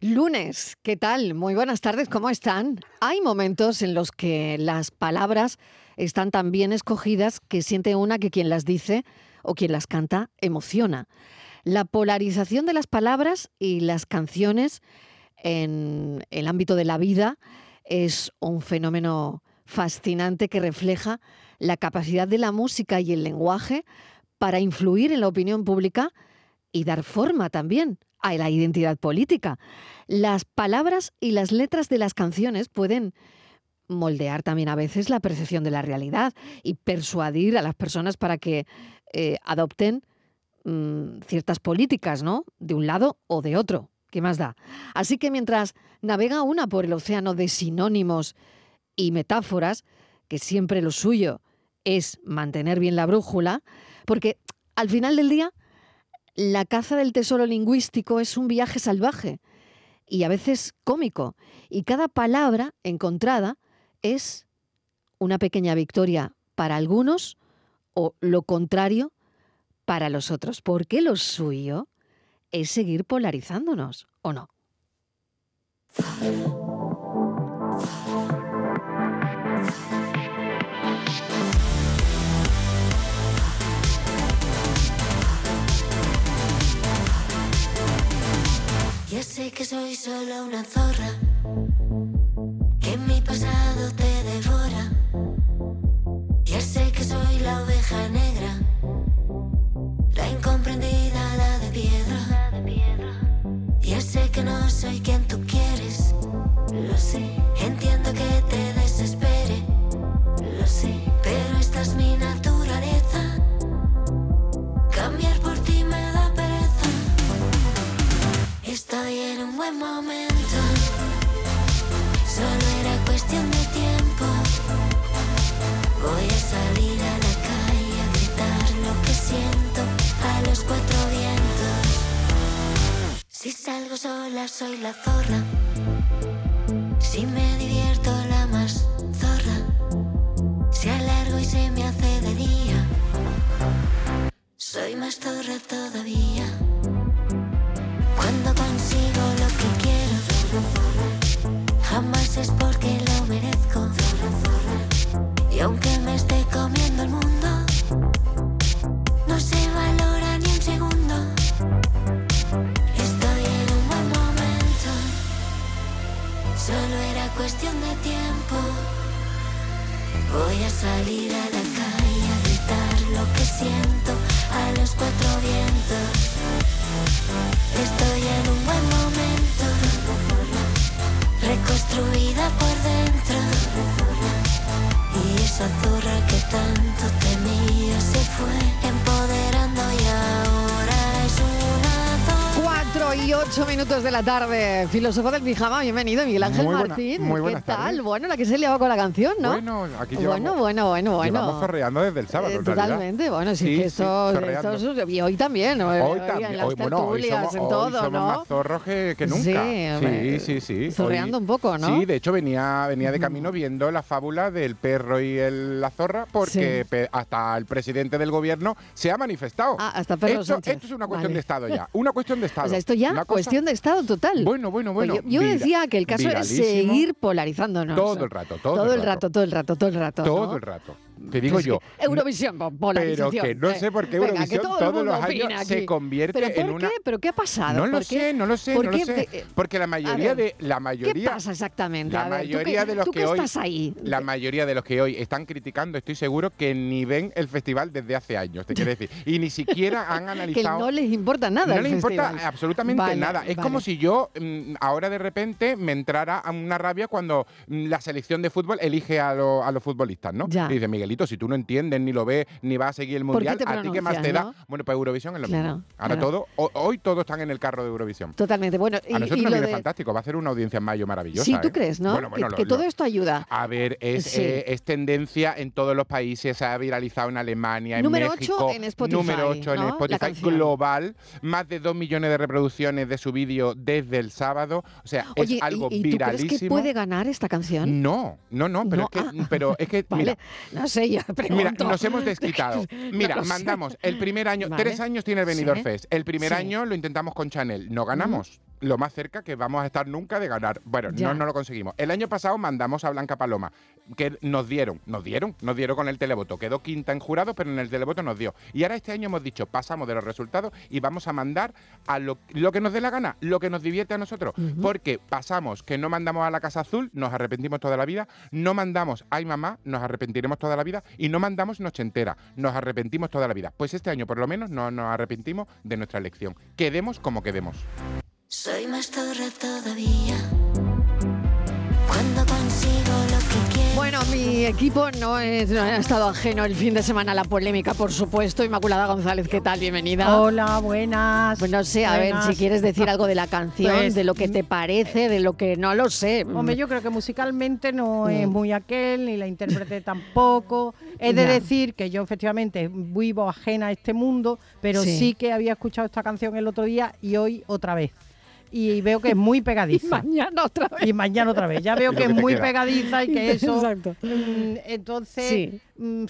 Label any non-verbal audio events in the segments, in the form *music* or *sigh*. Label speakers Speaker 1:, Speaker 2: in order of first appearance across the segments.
Speaker 1: Lunes, ¿qué tal? Muy buenas tardes, ¿cómo están? Hay momentos en los que las palabras están tan bien escogidas que siente una que quien las dice o quien las canta emociona. La polarización de las palabras y las canciones en el ámbito de la vida es un fenómeno fascinante que refleja la capacidad de la música y el lenguaje para influir en la opinión pública y dar forma también a la identidad política. Las palabras y las letras de las canciones pueden moldear también a veces la percepción de la realidad y persuadir a las personas para que eh, adopten mm, ciertas políticas, ¿no? De un lado o de otro. ¿Qué más da? Así que mientras navega una por el océano de sinónimos y metáforas, que siempre lo suyo es mantener bien la brújula, porque al final del día la caza del tesoro lingüístico es un viaje salvaje y a veces cómico, y cada palabra encontrada es una pequeña victoria para algunos o lo contrario para los otros, porque lo suyo es seguir polarizándonos, ¿o no?
Speaker 2: Yo sé que soy solo una zorra, que mi pasado te devora. Ya sé que soy la oveja negra, la incomprendida, la de piedra. Ya sé que no soy quien tú quieres, lo sé. Entiendo que te desespere, lo sé. Pero esta es mi naturaleza. Cambiar por ti me da pereza. Estoy en un buen momento. Solo era cuestión de tiempo. Voy a salir a la calle a gritar lo que siento a los cuatro vientos. Si salgo sola soy la zorra. Si me divierto la más zorra. Si alargo y se me hace de día. Soy más zorra todavía. Cuando consigo lo que quiero, jamás es porque lo merezco. Y aunque me esté comiendo el mundo, no se valora ni un segundo. Estoy en un buen momento, solo era cuestión de tiempo. Voy a salir a la calle a gritar lo que siento a los cuatro vientos. Estoy en un buen momento, reconstruida por dentro. Y esa zorra que tanto temía se fue empoderando y ahora es una zorra.
Speaker 1: 4 y 8 minutos de la tarde. Filósofo del pijama, bienvenido, Miguel Ángel
Speaker 3: Muy buena-
Speaker 1: Martín.
Speaker 3: muy buenas
Speaker 1: ¿Qué tal?
Speaker 3: tardes.
Speaker 1: Bueno, la que se liaba con la canción, ¿no?
Speaker 3: Bueno, aquí
Speaker 1: bueno,
Speaker 3: llevamos-
Speaker 1: bueno, bueno, bueno.
Speaker 3: Llevamos ferreando desde el sábado,
Speaker 1: Eh,
Speaker 3: en realidad.
Speaker 1: totalmente, bueno, sí,
Speaker 3: Sí,
Speaker 1: que esto,
Speaker 3: sí, ferreando.
Speaker 1: esto es- y hoy también, ¿no?
Speaker 3: Hoy
Speaker 1: en
Speaker 3: también,
Speaker 1: las
Speaker 3: hoy, bueno, hoy
Speaker 1: tertulias,
Speaker 3: somos,
Speaker 1: en
Speaker 3: hoy
Speaker 1: todo,
Speaker 3: somos
Speaker 1: ¿no?
Speaker 3: más zorros que, que nunca.
Speaker 1: Sí, hombre,
Speaker 3: sí, sí, sí.
Speaker 1: zorreando
Speaker 3: Hoy-
Speaker 1: un poco, ¿no?
Speaker 3: Sí, de hecho venía, venía de camino viendo la fábula del perro y el- la zorra porque
Speaker 1: Sí.
Speaker 3: pe- hasta el presidente del gobierno se ha manifestado.
Speaker 1: Ah, hasta Pedro
Speaker 3: esto,
Speaker 1: Sánchez.
Speaker 3: esto es una cuestión
Speaker 1: Vale.
Speaker 3: de Estado ya, una cuestión de
Speaker 1: *laughs*
Speaker 3: Estado.
Speaker 1: O sea, esto ya
Speaker 3: Una cosa
Speaker 1: cuestión de estado total.
Speaker 3: Bueno, bueno,
Speaker 1: Pues
Speaker 3: bueno,
Speaker 1: Yo, yo
Speaker 3: vira-
Speaker 1: decía que el caso es
Speaker 3: viralísimo.
Speaker 1: seguir polarizándonos.
Speaker 3: Todo el rato, todo el
Speaker 1: el rato, todo el rato, todo el rato.
Speaker 3: todo
Speaker 1: ¿no?
Speaker 3: el rato. Te digo
Speaker 1: Pues
Speaker 3: yo,
Speaker 1: que Eurovisión, po- polarización.
Speaker 3: que no
Speaker 1: eh.
Speaker 3: sé por qué
Speaker 1: Venga,
Speaker 3: Eurovisión
Speaker 1: que todo el
Speaker 3: todos
Speaker 1: mundo
Speaker 3: los años
Speaker 1: opina
Speaker 3: se
Speaker 1: aquí.
Speaker 3: convierte
Speaker 1: ¿Pero por
Speaker 3: en una-
Speaker 1: Qué? ¿Pero qué ha pasado?
Speaker 3: No lo
Speaker 1: ¿Por qué?
Speaker 3: sé, no lo sé,
Speaker 1: ¿Por
Speaker 3: no lo
Speaker 1: qué?
Speaker 3: sé.
Speaker 1: Eh,
Speaker 3: Porque la mayoría
Speaker 1: ver,
Speaker 3: de la
Speaker 1: ¿Qué
Speaker 3: mayoría
Speaker 1: pasa exactamente?
Speaker 3: la
Speaker 1: A ver, ¿tú
Speaker 3: mayoría
Speaker 1: qué-
Speaker 3: de los
Speaker 1: ¿tú
Speaker 3: que
Speaker 1: qué
Speaker 3: hoy-
Speaker 1: estás ahí?
Speaker 3: la mayoría de los que hoy están criticando, estoy seguro que ni ven el festival desde hace años, te
Speaker 1: *laughs*
Speaker 3: quiero decir, y ni siquiera han
Speaker 1: que
Speaker 3: analizado
Speaker 1: no les importa nada.
Speaker 3: no
Speaker 1: el
Speaker 3: le importa
Speaker 1: festival.
Speaker 3: absolutamente
Speaker 1: Vale,
Speaker 3: nada. Es
Speaker 1: vale.
Speaker 3: como si yo mm, ahora de repente me entrara a una rabia cuando mm, la selección de fútbol elige a, lo- a los futbolistas, ¿no?
Speaker 1: Ya.
Speaker 3: Y dice, Miguelito, si tú no entiendes, ni lo ves, ni vas a seguir el
Speaker 1: ¿Por qué
Speaker 3: mundial,
Speaker 1: te
Speaker 3: ¿a ti qué más
Speaker 1: pronuncias,
Speaker 3: te da?
Speaker 1: no?
Speaker 3: Bueno, pues Eurovisión es lo
Speaker 1: Claro,
Speaker 3: mismo. Ahora
Speaker 1: claro.
Speaker 3: todo, ho- hoy todos están en el carro de Eurovisión.
Speaker 1: Totalmente. Bueno, y,
Speaker 3: A nosotros
Speaker 1: y
Speaker 3: nos
Speaker 1: lo
Speaker 3: viene
Speaker 1: de...
Speaker 3: fantástico, va a ser una audiencia en mayo maravillosa.
Speaker 1: Sí, tú
Speaker 3: ¿eh?
Speaker 1: crees, ¿no?
Speaker 3: Bueno, bueno,
Speaker 1: que
Speaker 3: lo-
Speaker 1: que todo
Speaker 3: lo-
Speaker 1: esto ayuda.
Speaker 3: a ver, es,
Speaker 1: Sí.
Speaker 3: eh, es tendencia en todos los países, se ha viralizado en Alemania, en
Speaker 1: Número
Speaker 3: México.
Speaker 1: ocho en Spotify,
Speaker 3: Número 8
Speaker 1: ¿no?
Speaker 3: en
Speaker 1: La
Speaker 3: Spotify
Speaker 1: canción.
Speaker 3: global, más de 2 millones de reproducciones de su vídeo desde el sábado. O sea,
Speaker 1: Oye,
Speaker 3: es algo
Speaker 1: ¿y, y tú crees
Speaker 3: viralísimo.
Speaker 1: que puede ganar esta canción?
Speaker 3: no, no, no, pero
Speaker 1: No,
Speaker 3: es que,
Speaker 1: ah.
Speaker 3: pero es que
Speaker 1: *laughs* Vale,
Speaker 3: mira,
Speaker 1: no sé, yo
Speaker 3: Mira,
Speaker 1: pregunto.
Speaker 3: nos
Speaker 1: *laughs*
Speaker 3: hemos desquitado. Mira,
Speaker 1: lo sé.
Speaker 3: mandamos el primer año,
Speaker 1: Vale.
Speaker 3: tres años tiene el Benidorm
Speaker 1: Sí.
Speaker 3: Fest. El primer
Speaker 1: Sí.
Speaker 3: años año lo intentamos con Chanel, no ganamos. lo más cerca que vamos a estar nunca de ganar. Bueno,
Speaker 1: Ya.
Speaker 3: no, no lo conseguimos. El año pasado mandamos a Blanca Paloma, que nos dieron, nos dieron, nos dieron con el televoto. Quedó quinta en jurado, pero en el televoto nos dio. Y ahora este año hemos dicho, pasamos de los resultados y vamos a mandar a lo, lo que nos dé la gana, lo que nos divierte a nosotros. Porque pasamos que no mandamos a la Casa Azul, nos arrepentimos toda la vida, no mandamos Ay Mamá, nos arrepentiremos toda la vida, y no mandamos Noche entera, nos arrepentimos toda la vida. Pues este año por lo menos no nos arrepentimos de nuestra elección. Quedemos como quedemos.
Speaker 2: Soy más torre todavía. Cuando consigo lo que quiero.
Speaker 1: Bueno, mi equipo no, es- no ha estado ajeno el fin de semana a la polémica, por supuesto. Inmaculada González, ¿qué tal? Bienvenida.
Speaker 4: Hola, buenas.
Speaker 1: Pues no sé, a
Speaker 4: Buenas.
Speaker 1: ver si quieres decir algo de la canción,
Speaker 4: Pues,
Speaker 1: de lo que te parece, de lo que no lo sé.
Speaker 4: Hombre, yo creo que musicalmente
Speaker 1: Mm.
Speaker 4: no es muy aquel, ni la intérprete tampoco. He de
Speaker 1: Ya.
Speaker 4: decir que yo efectivamente vivo ajena a este mundo, pero
Speaker 1: Sí.
Speaker 4: sí. que había escuchado esta canción el otro día y hoy otra vez. Y veo que es muy
Speaker 1: *laughs* Y
Speaker 4: pegadiza.
Speaker 1: mañana otra vez.
Speaker 4: Y mañana otra
Speaker 3: *laughs*
Speaker 4: vez. Ya veo
Speaker 3: Lo
Speaker 4: que
Speaker 3: que
Speaker 4: es
Speaker 3: te
Speaker 4: muy
Speaker 3: queda.
Speaker 4: pegadiza y que eso.
Speaker 1: Exacto.
Speaker 4: mm, Entonces,
Speaker 1: Sí.
Speaker 4: mm,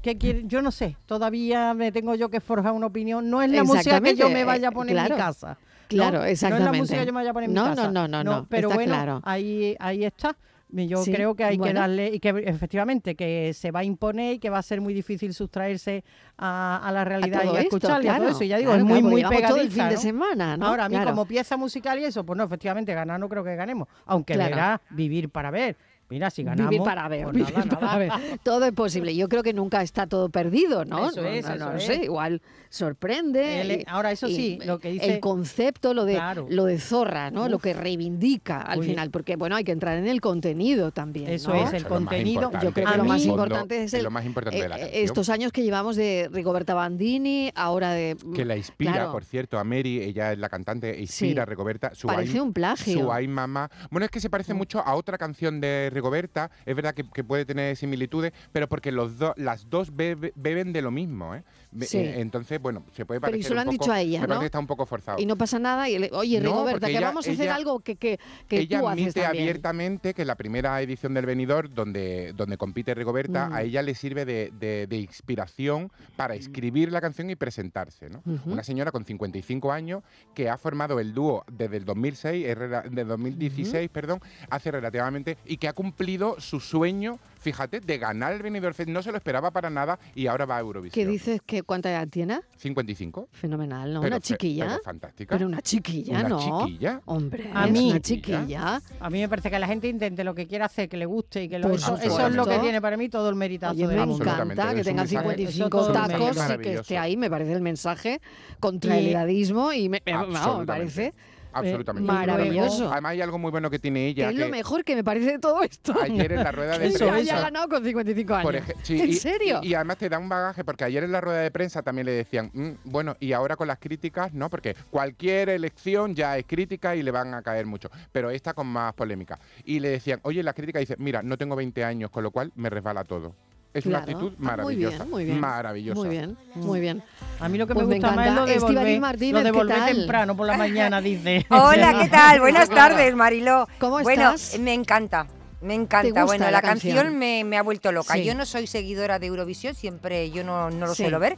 Speaker 4: ¿qué quiere? yo no sé. Todavía me tengo yo que forjar una opinión. No es la música que yo
Speaker 1: Exactamente, eh,
Speaker 4: me vaya a poner
Speaker 1: claro.
Speaker 4: en mi casa. ¿no?
Speaker 1: Claro,
Speaker 4: No es
Speaker 1: exactamente.
Speaker 4: la música que yo me vaya a poner en
Speaker 1: No,
Speaker 4: mi casa.
Speaker 1: no, no, no, no,
Speaker 4: Pero
Speaker 1: está
Speaker 4: bueno,
Speaker 1: claro.
Speaker 4: ahí, ahí está. Yo
Speaker 1: Sí,
Speaker 4: creo que hay que
Speaker 1: bueno.
Speaker 4: darle, y que efectivamente que se va a imponer y que va a ser muy difícil sustraerse a, a la realidad
Speaker 1: todo
Speaker 4: y a
Speaker 1: esto,
Speaker 4: escucharla y a todo
Speaker 1: claro,
Speaker 4: eso. Y ya digo,
Speaker 1: claro,
Speaker 4: es
Speaker 1: claro,
Speaker 4: muy,
Speaker 1: porque
Speaker 4: muy
Speaker 1: llevamos
Speaker 4: pegadiza.
Speaker 1: todo el fin de
Speaker 4: ¿no?
Speaker 1: semana, ¿no?
Speaker 4: Ahora, a mí
Speaker 1: Claro.
Speaker 4: como pieza musical y eso, pues no, efectivamente, ganar no creo que ganemos. Aunque
Speaker 1: Claro.
Speaker 4: verá, vivir para ver. Mira, si ganamos.
Speaker 1: vivir para ver,
Speaker 4: pues
Speaker 1: vivir
Speaker 4: nada, nada.
Speaker 1: para ver. Todo es posible. Yo creo que nunca está todo perdido, ¿no?
Speaker 4: Eso
Speaker 1: no,
Speaker 4: es,
Speaker 1: no, no
Speaker 4: eso
Speaker 1: sé,
Speaker 4: es.
Speaker 1: igual sorprende.
Speaker 4: El- ahora, eso sí, lo que dice-
Speaker 1: El concepto, lo de,
Speaker 4: Claro.
Speaker 1: lo de zorra, ¿no? Lo que reivindica al
Speaker 4: Uy.
Speaker 1: final, porque bueno, hay que entrar en el contenido también.
Speaker 4: Eso
Speaker 1: ¿no?
Speaker 4: es, el
Speaker 3: Eso es lo más
Speaker 4: contenido.
Speaker 3: importante.
Speaker 1: Yo creo
Speaker 4: A
Speaker 1: que lo
Speaker 4: mí-
Speaker 1: más
Speaker 4: fondo,
Speaker 1: importante es,
Speaker 3: es
Speaker 1: el- eh,
Speaker 3: lo más importante de la canción.
Speaker 1: estos años que llevamos de Rigoberta Bandini, ahora de
Speaker 3: Que la inspira,
Speaker 1: Claro.
Speaker 3: por cierto, a Mary, ella es la cantante, e inspira a
Speaker 1: Sí.
Speaker 3: Rigoberta. Su
Speaker 1: Parece
Speaker 3: Ay-
Speaker 1: un plagio.
Speaker 3: Su Ay Mamá. Bueno, es que se parece mucho a otra canción de Rigoberta, es verdad que, que puede tener similitudes, pero porque los dos las dos bebe- beben de lo mismo, ¿eh? Be-
Speaker 1: Sí.
Speaker 3: eh, Entonces, bueno, se puede
Speaker 1: Pero y
Speaker 3: parecer
Speaker 1: se lo
Speaker 3: un
Speaker 1: han
Speaker 3: poco-
Speaker 1: dicho a ella,
Speaker 3: me parece
Speaker 1: ¿no?
Speaker 3: que está un poco forzado.
Speaker 1: y no pasa nada. Y le- oye,
Speaker 3: No,
Speaker 1: Rigoberta,
Speaker 3: porque
Speaker 1: que
Speaker 3: ella-
Speaker 1: vamos a hacer
Speaker 3: ella-
Speaker 1: algo que, que, que
Speaker 3: ella
Speaker 1: tú haces
Speaker 3: admite
Speaker 1: también.
Speaker 3: abiertamente que la primera edición del Benidorm, donde, donde compite Rigoberta,
Speaker 1: Mm.
Speaker 3: a ella le sirve de, de- de inspiración para escribir la canción y presentarse. ¿no?
Speaker 1: Ujú.
Speaker 3: Una señora con 55 años que ha formado el dúo desde el 2006, es rela- de 2016, perdón, hace relativamente, y que ha cumplido su sueño, fíjate, de ganar el Benidorm Fest. No se lo esperaba para nada y ahora va a Eurovisión.
Speaker 1: ¿Qué dices? Que, ¿Cuánta edad tiene?
Speaker 3: 55.
Speaker 1: Fenomenal, ¿no?
Speaker 3: Pero
Speaker 1: una
Speaker 3: fe-
Speaker 1: chiquilla.
Speaker 3: Pero fantástica.
Speaker 1: Pero una chiquilla,
Speaker 3: Una
Speaker 1: ¿no?
Speaker 3: chiquilla.
Speaker 1: Hombre,
Speaker 4: A
Speaker 1: es
Speaker 4: mí.
Speaker 1: una chiquilla.
Speaker 4: A mí me parece que la gente intente lo que quiera hacer, que le guste y que lo
Speaker 1: Por
Speaker 4: eso, eso es lo que
Speaker 1: supuesto.
Speaker 4: tiene para mí todo el meritazo
Speaker 1: Oye,
Speaker 4: de
Speaker 1: me
Speaker 4: la mundo.
Speaker 3: Absolutamente,
Speaker 1: encanta que
Speaker 3: es un
Speaker 1: tenga
Speaker 3: mensaje-
Speaker 1: 55
Speaker 4: es un mensaje
Speaker 1: tacos y que
Speaker 3: maravilloso.
Speaker 1: esté ahí. Me parece el mensaje contra el
Speaker 4: Y-
Speaker 1: edadismo y me, me- vamos, me
Speaker 3: Absolutamente.
Speaker 1: parece eh,
Speaker 3: Absolutamente.
Speaker 1: maravilloso.
Speaker 3: Además hay algo muy bueno que tiene
Speaker 1: que
Speaker 3: ella.
Speaker 1: es
Speaker 3: que
Speaker 1: lo mejor que me parece de todo esto.
Speaker 3: Ayer en la rueda de
Speaker 1: *laughs* que
Speaker 4: Eso,
Speaker 1: se
Speaker 3: prensa.
Speaker 1: haya
Speaker 4: eso.
Speaker 1: ganado con 55 años.
Speaker 3: por ej- sí,
Speaker 1: ¿En
Speaker 3: y-
Speaker 1: serio?
Speaker 3: Y, y además te da un bagaje, porque ayer en la rueda de prensa también le decían, "Mm, bueno, y ahora con las críticas, ¿no? Porque cualquier elección ya es crítica y le van a caer mucho, pero esta con más polémica. Y le decían, oye, la crítica dice, mira, no tengo 20 años, con lo cual me resbala todo. Es una
Speaker 1: Claro.
Speaker 3: actitud
Speaker 1: Ah, muy
Speaker 3: maravillosa.
Speaker 1: bien, muy bien.
Speaker 3: Maravillosa.
Speaker 1: Muy bien, muy bien.
Speaker 4: A mí lo que
Speaker 1: Pues me
Speaker 4: me gusta más es
Speaker 1: encanta.
Speaker 4: lo de
Speaker 1: Estíbaliz
Speaker 4: volver,
Speaker 1: Martínez,
Speaker 4: lo de
Speaker 1: ¿qué
Speaker 4: volver
Speaker 1: tal?
Speaker 4: temprano
Speaker 1: *laughs*
Speaker 4: por la mañana, dice.
Speaker 5: Hola, ¿qué tal?
Speaker 4: *laughs*
Speaker 5: Buenas tardes, Mariló.
Speaker 1: ¿Cómo
Speaker 5: bueno,
Speaker 1: estás?
Speaker 5: me encanta. Me encanta.
Speaker 1: gusta
Speaker 5: bueno,
Speaker 1: la
Speaker 5: la, canción,
Speaker 1: canción?
Speaker 5: me, me ha vuelto loca.
Speaker 1: Sí.
Speaker 5: Yo no soy seguidora de Eurovisión, siempre yo no, no lo
Speaker 1: Sí.
Speaker 5: suelo ver.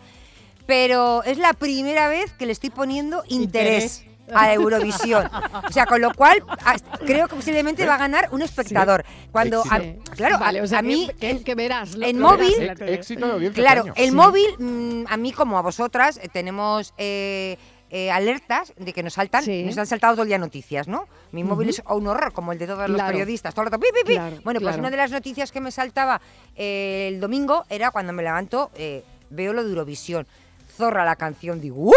Speaker 5: Pero es la primera vez que le estoy poniendo interés,
Speaker 4: Interés.
Speaker 5: a
Speaker 1: *laughs*
Speaker 5: Eurovisión. O sea, con lo cual a- creo que posiblemente va a ganar un espectador. Cuando, a-
Speaker 1: Sí.
Speaker 5: claro, a-
Speaker 1: Vale, o sea,
Speaker 5: a,
Speaker 1: que-
Speaker 5: mí
Speaker 1: que, que verás lo-
Speaker 5: en
Speaker 1: lo verás
Speaker 5: móvil-
Speaker 1: en la
Speaker 3: E-
Speaker 1: tele.
Speaker 3: éxito de audiencia.
Speaker 5: Claro,
Speaker 3: coño.
Speaker 5: el
Speaker 1: Sí.
Speaker 5: móvil, mm, a mí como a vosotras, eh, tenemos eh, eh, alertas de que nos saltan,
Speaker 1: Sí.
Speaker 5: nos han saltado todo el día noticias, ¿no? Mi móvil es un horror, como el de todos los
Speaker 1: Claro.
Speaker 5: periodistas, todo el rato, pi, pi, pi.
Speaker 1: Claro,
Speaker 5: bueno, pues
Speaker 1: claro.
Speaker 5: una de las noticias que me saltaba eh, el domingo era cuando me levanto, eh, veo lo de Eurovisión, zorra la canción, digo, ¡uy!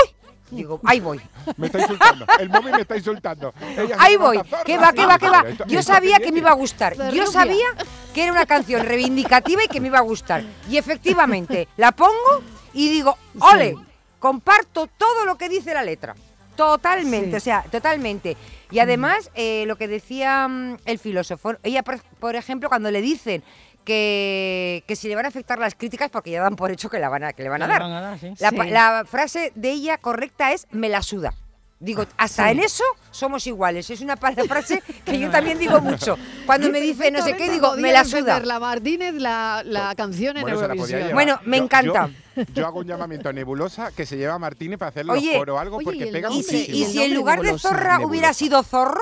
Speaker 5: Digo, ahí voy,
Speaker 3: *laughs* Me está insultando. El móvil me está insultando. Ella
Speaker 5: ahí
Speaker 3: se
Speaker 5: voy,
Speaker 3: llama
Speaker 5: que
Speaker 3: Zorra.
Speaker 5: va, que va, que va.
Speaker 3: Pero esto-
Speaker 5: Yo
Speaker 3: esto
Speaker 5: sabía
Speaker 3: qué
Speaker 5: que me
Speaker 3: tiene.
Speaker 5: iba a gustar,
Speaker 1: Zorrubia.
Speaker 5: yo sabía que era una canción reivindicativa y que me iba a gustar. Y efectivamente, la pongo y digo, ole, comparto todo lo que dice la letra. Totalmente,
Speaker 1: Sí.
Speaker 5: o sea, totalmente. Y además, eh, lo que decía mm, el filósofo, ella, por, por ejemplo, cuando le dicen que, que si le van a afectar las críticas, porque ya dan por hecho que, la van, a, que le van a
Speaker 4: Que le
Speaker 5: dar.
Speaker 4: van a dar, sí.
Speaker 5: La,
Speaker 1: Sí.
Speaker 5: pa- la frase de ella correcta es, me la suda. Digo, hasta en eso somos iguales. Es una pa- frase que *laughs* yo también digo mucho. Cuando
Speaker 4: *laughs*
Speaker 5: me dice no
Speaker 4: Este
Speaker 5: sé qué, digo, me la suda.
Speaker 1: La Martínez, la, la canción en
Speaker 3: Bueno, se la podía
Speaker 1: Eurovisión.
Speaker 3: llevar.
Speaker 5: Bueno, me
Speaker 3: Yo-
Speaker 5: encanta.
Speaker 3: Yo, yo hago un llamamiento a Nebulosa que se lleva a Martínez para hacerle
Speaker 5: Oye,
Speaker 3: los coro o algo
Speaker 1: oye, y
Speaker 3: porque
Speaker 1: el
Speaker 3: pega
Speaker 1: nombre,
Speaker 5: Y si,
Speaker 1: Sí,
Speaker 3: muchísimo.
Speaker 5: y
Speaker 1: el
Speaker 5: si en
Speaker 1: nombre
Speaker 5: lugar
Speaker 1: nebulosa,
Speaker 5: de zorra
Speaker 3: nebulosa.
Speaker 5: hubiera sido zorro,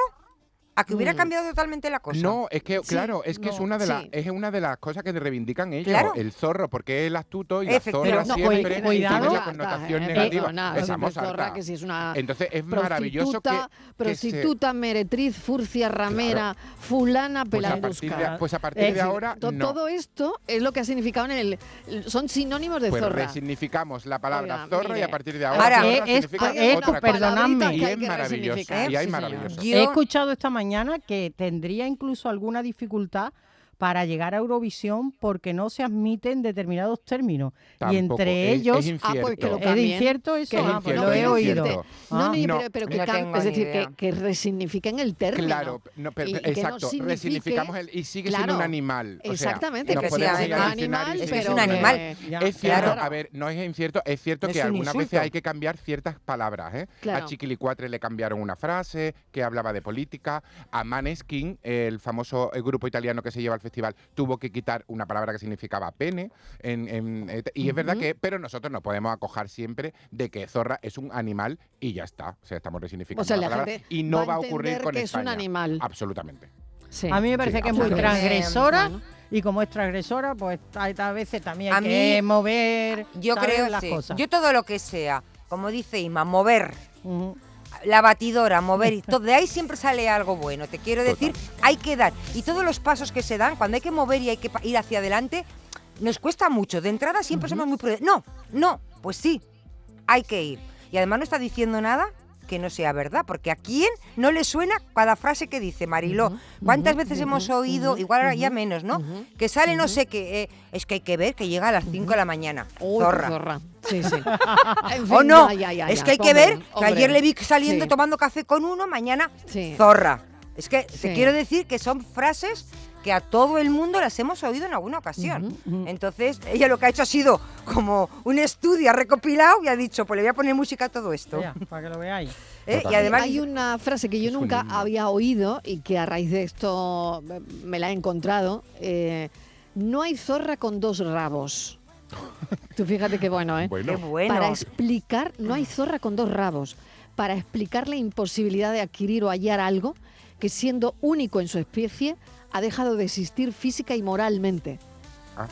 Speaker 5: a que hubiera cambiado totalmente la cosa.
Speaker 3: No, es que, claro, es que es
Speaker 1: no,
Speaker 3: una de las
Speaker 1: sí.
Speaker 3: es una de las cosas que reivindican ellos,
Speaker 5: Claro.
Speaker 3: el zorro, porque es el astuto y la zorra
Speaker 5: Efectivamente.
Speaker 1: No,
Speaker 4: cuida-
Speaker 3: siempre tiene
Speaker 4: cuidado.
Speaker 3: la connotación
Speaker 1: Eh,
Speaker 3: negativa.
Speaker 1: perdona,
Speaker 3: Esa
Speaker 1: hombre,
Speaker 3: mozarta.
Speaker 1: zorra, que si es una
Speaker 3: Entonces es
Speaker 1: prostituta,
Speaker 3: maravilloso que, que se-
Speaker 1: prostituta, meretriz, furcia, ramera, fulana,
Speaker 3: pues, a partir de,
Speaker 1: pelandusca.
Speaker 3: pues a partir
Speaker 1: Es
Speaker 3: de
Speaker 1: decir,
Speaker 3: ahora
Speaker 1: to-
Speaker 3: no.
Speaker 1: Todo esto es lo que ha significado en el... el- Son sinónimos de
Speaker 3: pues
Speaker 1: zorra.
Speaker 3: resignificamos la palabra
Speaker 1: Oiga,
Speaker 3: zorra y
Speaker 1: mire,
Speaker 3: a partir de
Speaker 1: ahora eh,
Speaker 3: ahora, zorra
Speaker 4: es- es-
Speaker 3: significa
Speaker 4: hay algunas
Speaker 3: otra cosa.
Speaker 4: perdonadme.
Speaker 1: palabritas
Speaker 3: Y
Speaker 1: que hay
Speaker 3: es
Speaker 1: que
Speaker 3: maravilloso.
Speaker 1: resignificar.
Speaker 3: Y hay
Speaker 1: Sí, señor.
Speaker 3: maravilloso.
Speaker 5: Yo-
Speaker 4: He escuchado esta mañana que tendría incluso alguna dificultad para llegar a Eurovisión porque no se admiten determinados términos. y
Speaker 3: Tampoco,
Speaker 4: entre
Speaker 3: es- es
Speaker 4: ellos...
Speaker 3: infierno.
Speaker 1: Ah, pues que lo
Speaker 3: Es
Speaker 4: ¿Es
Speaker 1: cambien.
Speaker 4: incierto eso?
Speaker 1: Que
Speaker 3: es
Speaker 4: Ah, pues
Speaker 3: infierto,
Speaker 4: lo
Speaker 1: que
Speaker 4: he
Speaker 3: es
Speaker 4: oído.
Speaker 3: infierto.
Speaker 4: Ah.
Speaker 1: No, ni-
Speaker 3: No.
Speaker 1: pero, pero que
Speaker 5: No
Speaker 1: cam-
Speaker 5: tengo
Speaker 1: es
Speaker 5: ni
Speaker 1: decir, que,
Speaker 5: idea.
Speaker 1: que resignifiquen el término.
Speaker 3: Claro, no, pero-
Speaker 1: Y- y que no
Speaker 3: exacto,
Speaker 1: signifique-
Speaker 3: resignificamos el y sigue
Speaker 1: Claro.
Speaker 3: siendo un animal. o sea,
Speaker 1: Exactamente,
Speaker 3: nos
Speaker 1: que
Speaker 3: podemos
Speaker 1: sea
Speaker 3: ir al
Speaker 1: animal,
Speaker 3: diccionario y
Speaker 5: Es
Speaker 3: sigue
Speaker 5: que es
Speaker 1: pero
Speaker 5: un
Speaker 3: siendo
Speaker 1: que-
Speaker 5: animal.
Speaker 4: Ya,
Speaker 3: Es cierto,
Speaker 5: claro.
Speaker 3: a ver, no es incierto, es cierto
Speaker 5: No
Speaker 3: que
Speaker 5: es un
Speaker 3: algunas veces
Speaker 5: insulto.
Speaker 3: hay que cambiar ciertas palabras. ¿eh?
Speaker 1: Claro.
Speaker 3: A Chiquilicuatre le cambiaron una frase que hablaba de política. A Maneskin, el famoso eh, grupo italiano que se lleva al festival, tuvo que quitar una palabra que significaba pene. en- en- eh, y es verdad que, pero nosotros nos podemos acojar siempre de que zorra es un animal y ya está. O sea, estamos resignificando
Speaker 1: O sea,
Speaker 3: la
Speaker 1: la
Speaker 3: palabra
Speaker 1: gente
Speaker 3: y no
Speaker 1: va a
Speaker 3: va a, ocurrir
Speaker 1: entender
Speaker 3: con
Speaker 1: que es un
Speaker 3: España.
Speaker 1: animal.
Speaker 3: Absolutamente.
Speaker 1: Eh, Sí.
Speaker 4: A mí me parece
Speaker 3: Sí,
Speaker 4: que es muy
Speaker 3: absolutamente.
Speaker 4: transgresora
Speaker 1: Bueno.
Speaker 4: y como es transgresora, pues hay- a veces también hay
Speaker 5: A mí-
Speaker 4: que mover
Speaker 5: Yo
Speaker 4: ¿sabes?
Speaker 5: creo
Speaker 4: las
Speaker 5: sí.
Speaker 4: cosas.
Speaker 5: Yo todo lo que sea, como dice Ima, mover,
Speaker 4: Ujú.
Speaker 5: la batidora, mover y todo, de ahí siempre sale algo bueno. Te quiero decir, hay que dar. Y todos los pasos que se dan, cuando hay que mover y hay que pa- ir hacia adelante, nos cuesta mucho. De entrada siempre somos muy prudentes. No, no, pues sí, hay que ir. Y además no está diciendo nada que no sea verdad, porque a quién no le suena cada frase que dice Mariló. ¿Cuántas veces hemos oído, igual ahora ya menos, ¿no? Que sale no sé qué, eh, es que hay que ver que llega a las 5 de la mañana.
Speaker 1: Uy, qué
Speaker 5: zorra.
Speaker 1: zorra. Sí,
Speaker 5: *laughs*
Speaker 1: sí. En
Speaker 5: O
Speaker 1: fin,
Speaker 5: no,
Speaker 1: ya, ya, ya,
Speaker 5: es
Speaker 1: ya.
Speaker 5: que hay que
Speaker 1: Pobre,
Speaker 5: ver que
Speaker 1: hombre.
Speaker 5: ayer le vi saliendo
Speaker 1: Sí.
Speaker 5: tomando café con uno, mañana
Speaker 1: Sí.
Speaker 5: zorra. Es que
Speaker 1: Sí.
Speaker 5: te quiero decir que son frases que a todo el mundo las hemos oído en alguna ocasión. Entonces, ella lo que ha hecho ha sido como un estudio, ha recopilado y ha dicho, pues le voy a poner música a todo esto.
Speaker 4: Ya, para que lo veáis.
Speaker 5: ¿Eh? Y
Speaker 3: Totalmente.
Speaker 5: además,
Speaker 1: Hay una frase que yo
Speaker 3: Es un
Speaker 1: nunca
Speaker 3: himno.
Speaker 1: había oído y que a raíz de esto me- me la he encontrado. eh, no hay zorra con dos
Speaker 3: *laughs*
Speaker 1: rabos. Tú fíjate qué bueno, ¿eh?
Speaker 5: qué bueno.
Speaker 1: Para explicar, no hay zorra con dos rabos. Para explicar la imposibilidad de adquirir o hallar algo que siendo único en su especie ha dejado de existir física y moralmente.
Speaker 3: Ah,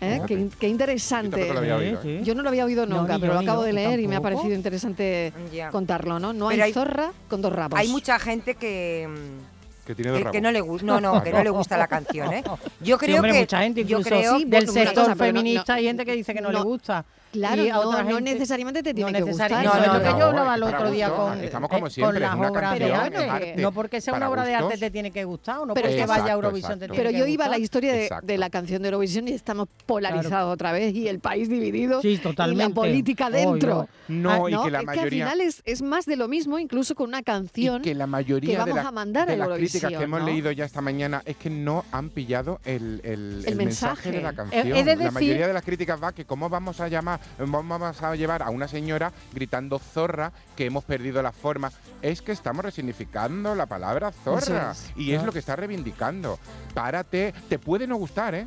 Speaker 1: ¿Eh?
Speaker 3: fíjate.
Speaker 1: Qué, in- qué
Speaker 3: Yo
Speaker 1: interesante.
Speaker 3: tampoco lo había oído. ¿eh?
Speaker 1: Yo no lo había oído
Speaker 4: No,
Speaker 1: nunca,
Speaker 4: ni
Speaker 1: pero
Speaker 4: yo,
Speaker 1: lo
Speaker 4: ni
Speaker 1: acabo
Speaker 4: yo,
Speaker 1: de
Speaker 4: yo
Speaker 1: leer y me ha
Speaker 4: tampoco.
Speaker 1: parecido interesante
Speaker 5: Ya.
Speaker 1: contarlo, ¿no? No hay,
Speaker 5: Pero hay-
Speaker 1: zorra con dos rabos.
Speaker 5: Hay mucha gente que... mm,
Speaker 3: Que tiene dos
Speaker 5: Que, que no
Speaker 3: rabos.
Speaker 5: le gusta, no, no, que no le gusta la canción,
Speaker 4: *laughs*
Speaker 5: ¿eh? Yo creo
Speaker 4: Sí, hombre,
Speaker 5: que
Speaker 4: mucha gente, incluso
Speaker 5: yo creo
Speaker 1: Sí,
Speaker 4: del
Speaker 1: bueno, una
Speaker 4: sector
Speaker 1: cosa, pero no-
Speaker 4: feminista,
Speaker 1: no-
Speaker 4: hay gente que dice que no, le
Speaker 1: no,
Speaker 4: gusta.
Speaker 1: Claro,
Speaker 4: Y a otra
Speaker 1: no, no
Speaker 4: gente-
Speaker 1: necesariamente te
Speaker 4: no
Speaker 1: tiene que
Speaker 4: necesari-
Speaker 1: gustar.
Speaker 4: No,
Speaker 5: No, no,
Speaker 4: no, lo que
Speaker 5: no,
Speaker 4: yo hablaba el
Speaker 3: para
Speaker 4: otro día
Speaker 3: gustos,
Speaker 4: con,
Speaker 3: estamos
Speaker 4: eh,
Speaker 3: como siempre,
Speaker 4: con
Speaker 3: es
Speaker 4: las
Speaker 3: una
Speaker 4: obras de
Speaker 1: canción, es
Speaker 4: arte.
Speaker 3: arte.
Speaker 4: No porque sea
Speaker 3: Para
Speaker 4: una obra de arte
Speaker 3: gustos.
Speaker 4: te tiene que gustar o no
Speaker 1: Pero
Speaker 4: porque
Speaker 1: es que-
Speaker 4: vaya a
Speaker 3: Exacto,
Speaker 4: Eurovisión te
Speaker 3: exacto.
Speaker 4: tiene
Speaker 1: Pero
Speaker 4: que
Speaker 1: yo iba a la
Speaker 4: gustar.
Speaker 1: historia de,
Speaker 3: Exacto.
Speaker 1: de la canción de Eurovisión y estamos polarizados otra vez y el país dividido
Speaker 4: Sí, totalmente.
Speaker 1: y la política
Speaker 4: Oh,
Speaker 1: dentro.
Speaker 3: No,
Speaker 1: Ah,
Speaker 3: y que la
Speaker 1: es que al
Speaker 3: mayoría.
Speaker 1: final es, es más de lo mismo, incluso con una
Speaker 3: y
Speaker 1: canción.
Speaker 3: que la mayoría
Speaker 1: vamos
Speaker 3: de, las-
Speaker 1: a mandar
Speaker 3: de
Speaker 1: a
Speaker 3: las críticas
Speaker 1: Eurovisión,
Speaker 3: que hemos
Speaker 1: ¿no?
Speaker 3: leído ya esta mañana es que no han pillado el, el- el mensaje de la
Speaker 1: mensaje.
Speaker 3: canción.
Speaker 4: He- he de
Speaker 3: la
Speaker 4: decir-
Speaker 3: mayoría de las críticas va que cómo vamos a llamar, vamos a llevar a una señora gritando zorra que hemos perdido la forma. Es que estamos resignificando la palabra zorra
Speaker 1: Eso
Speaker 3: y es lo que está reivindicando. Párate, te puede no gustar, ¿eh?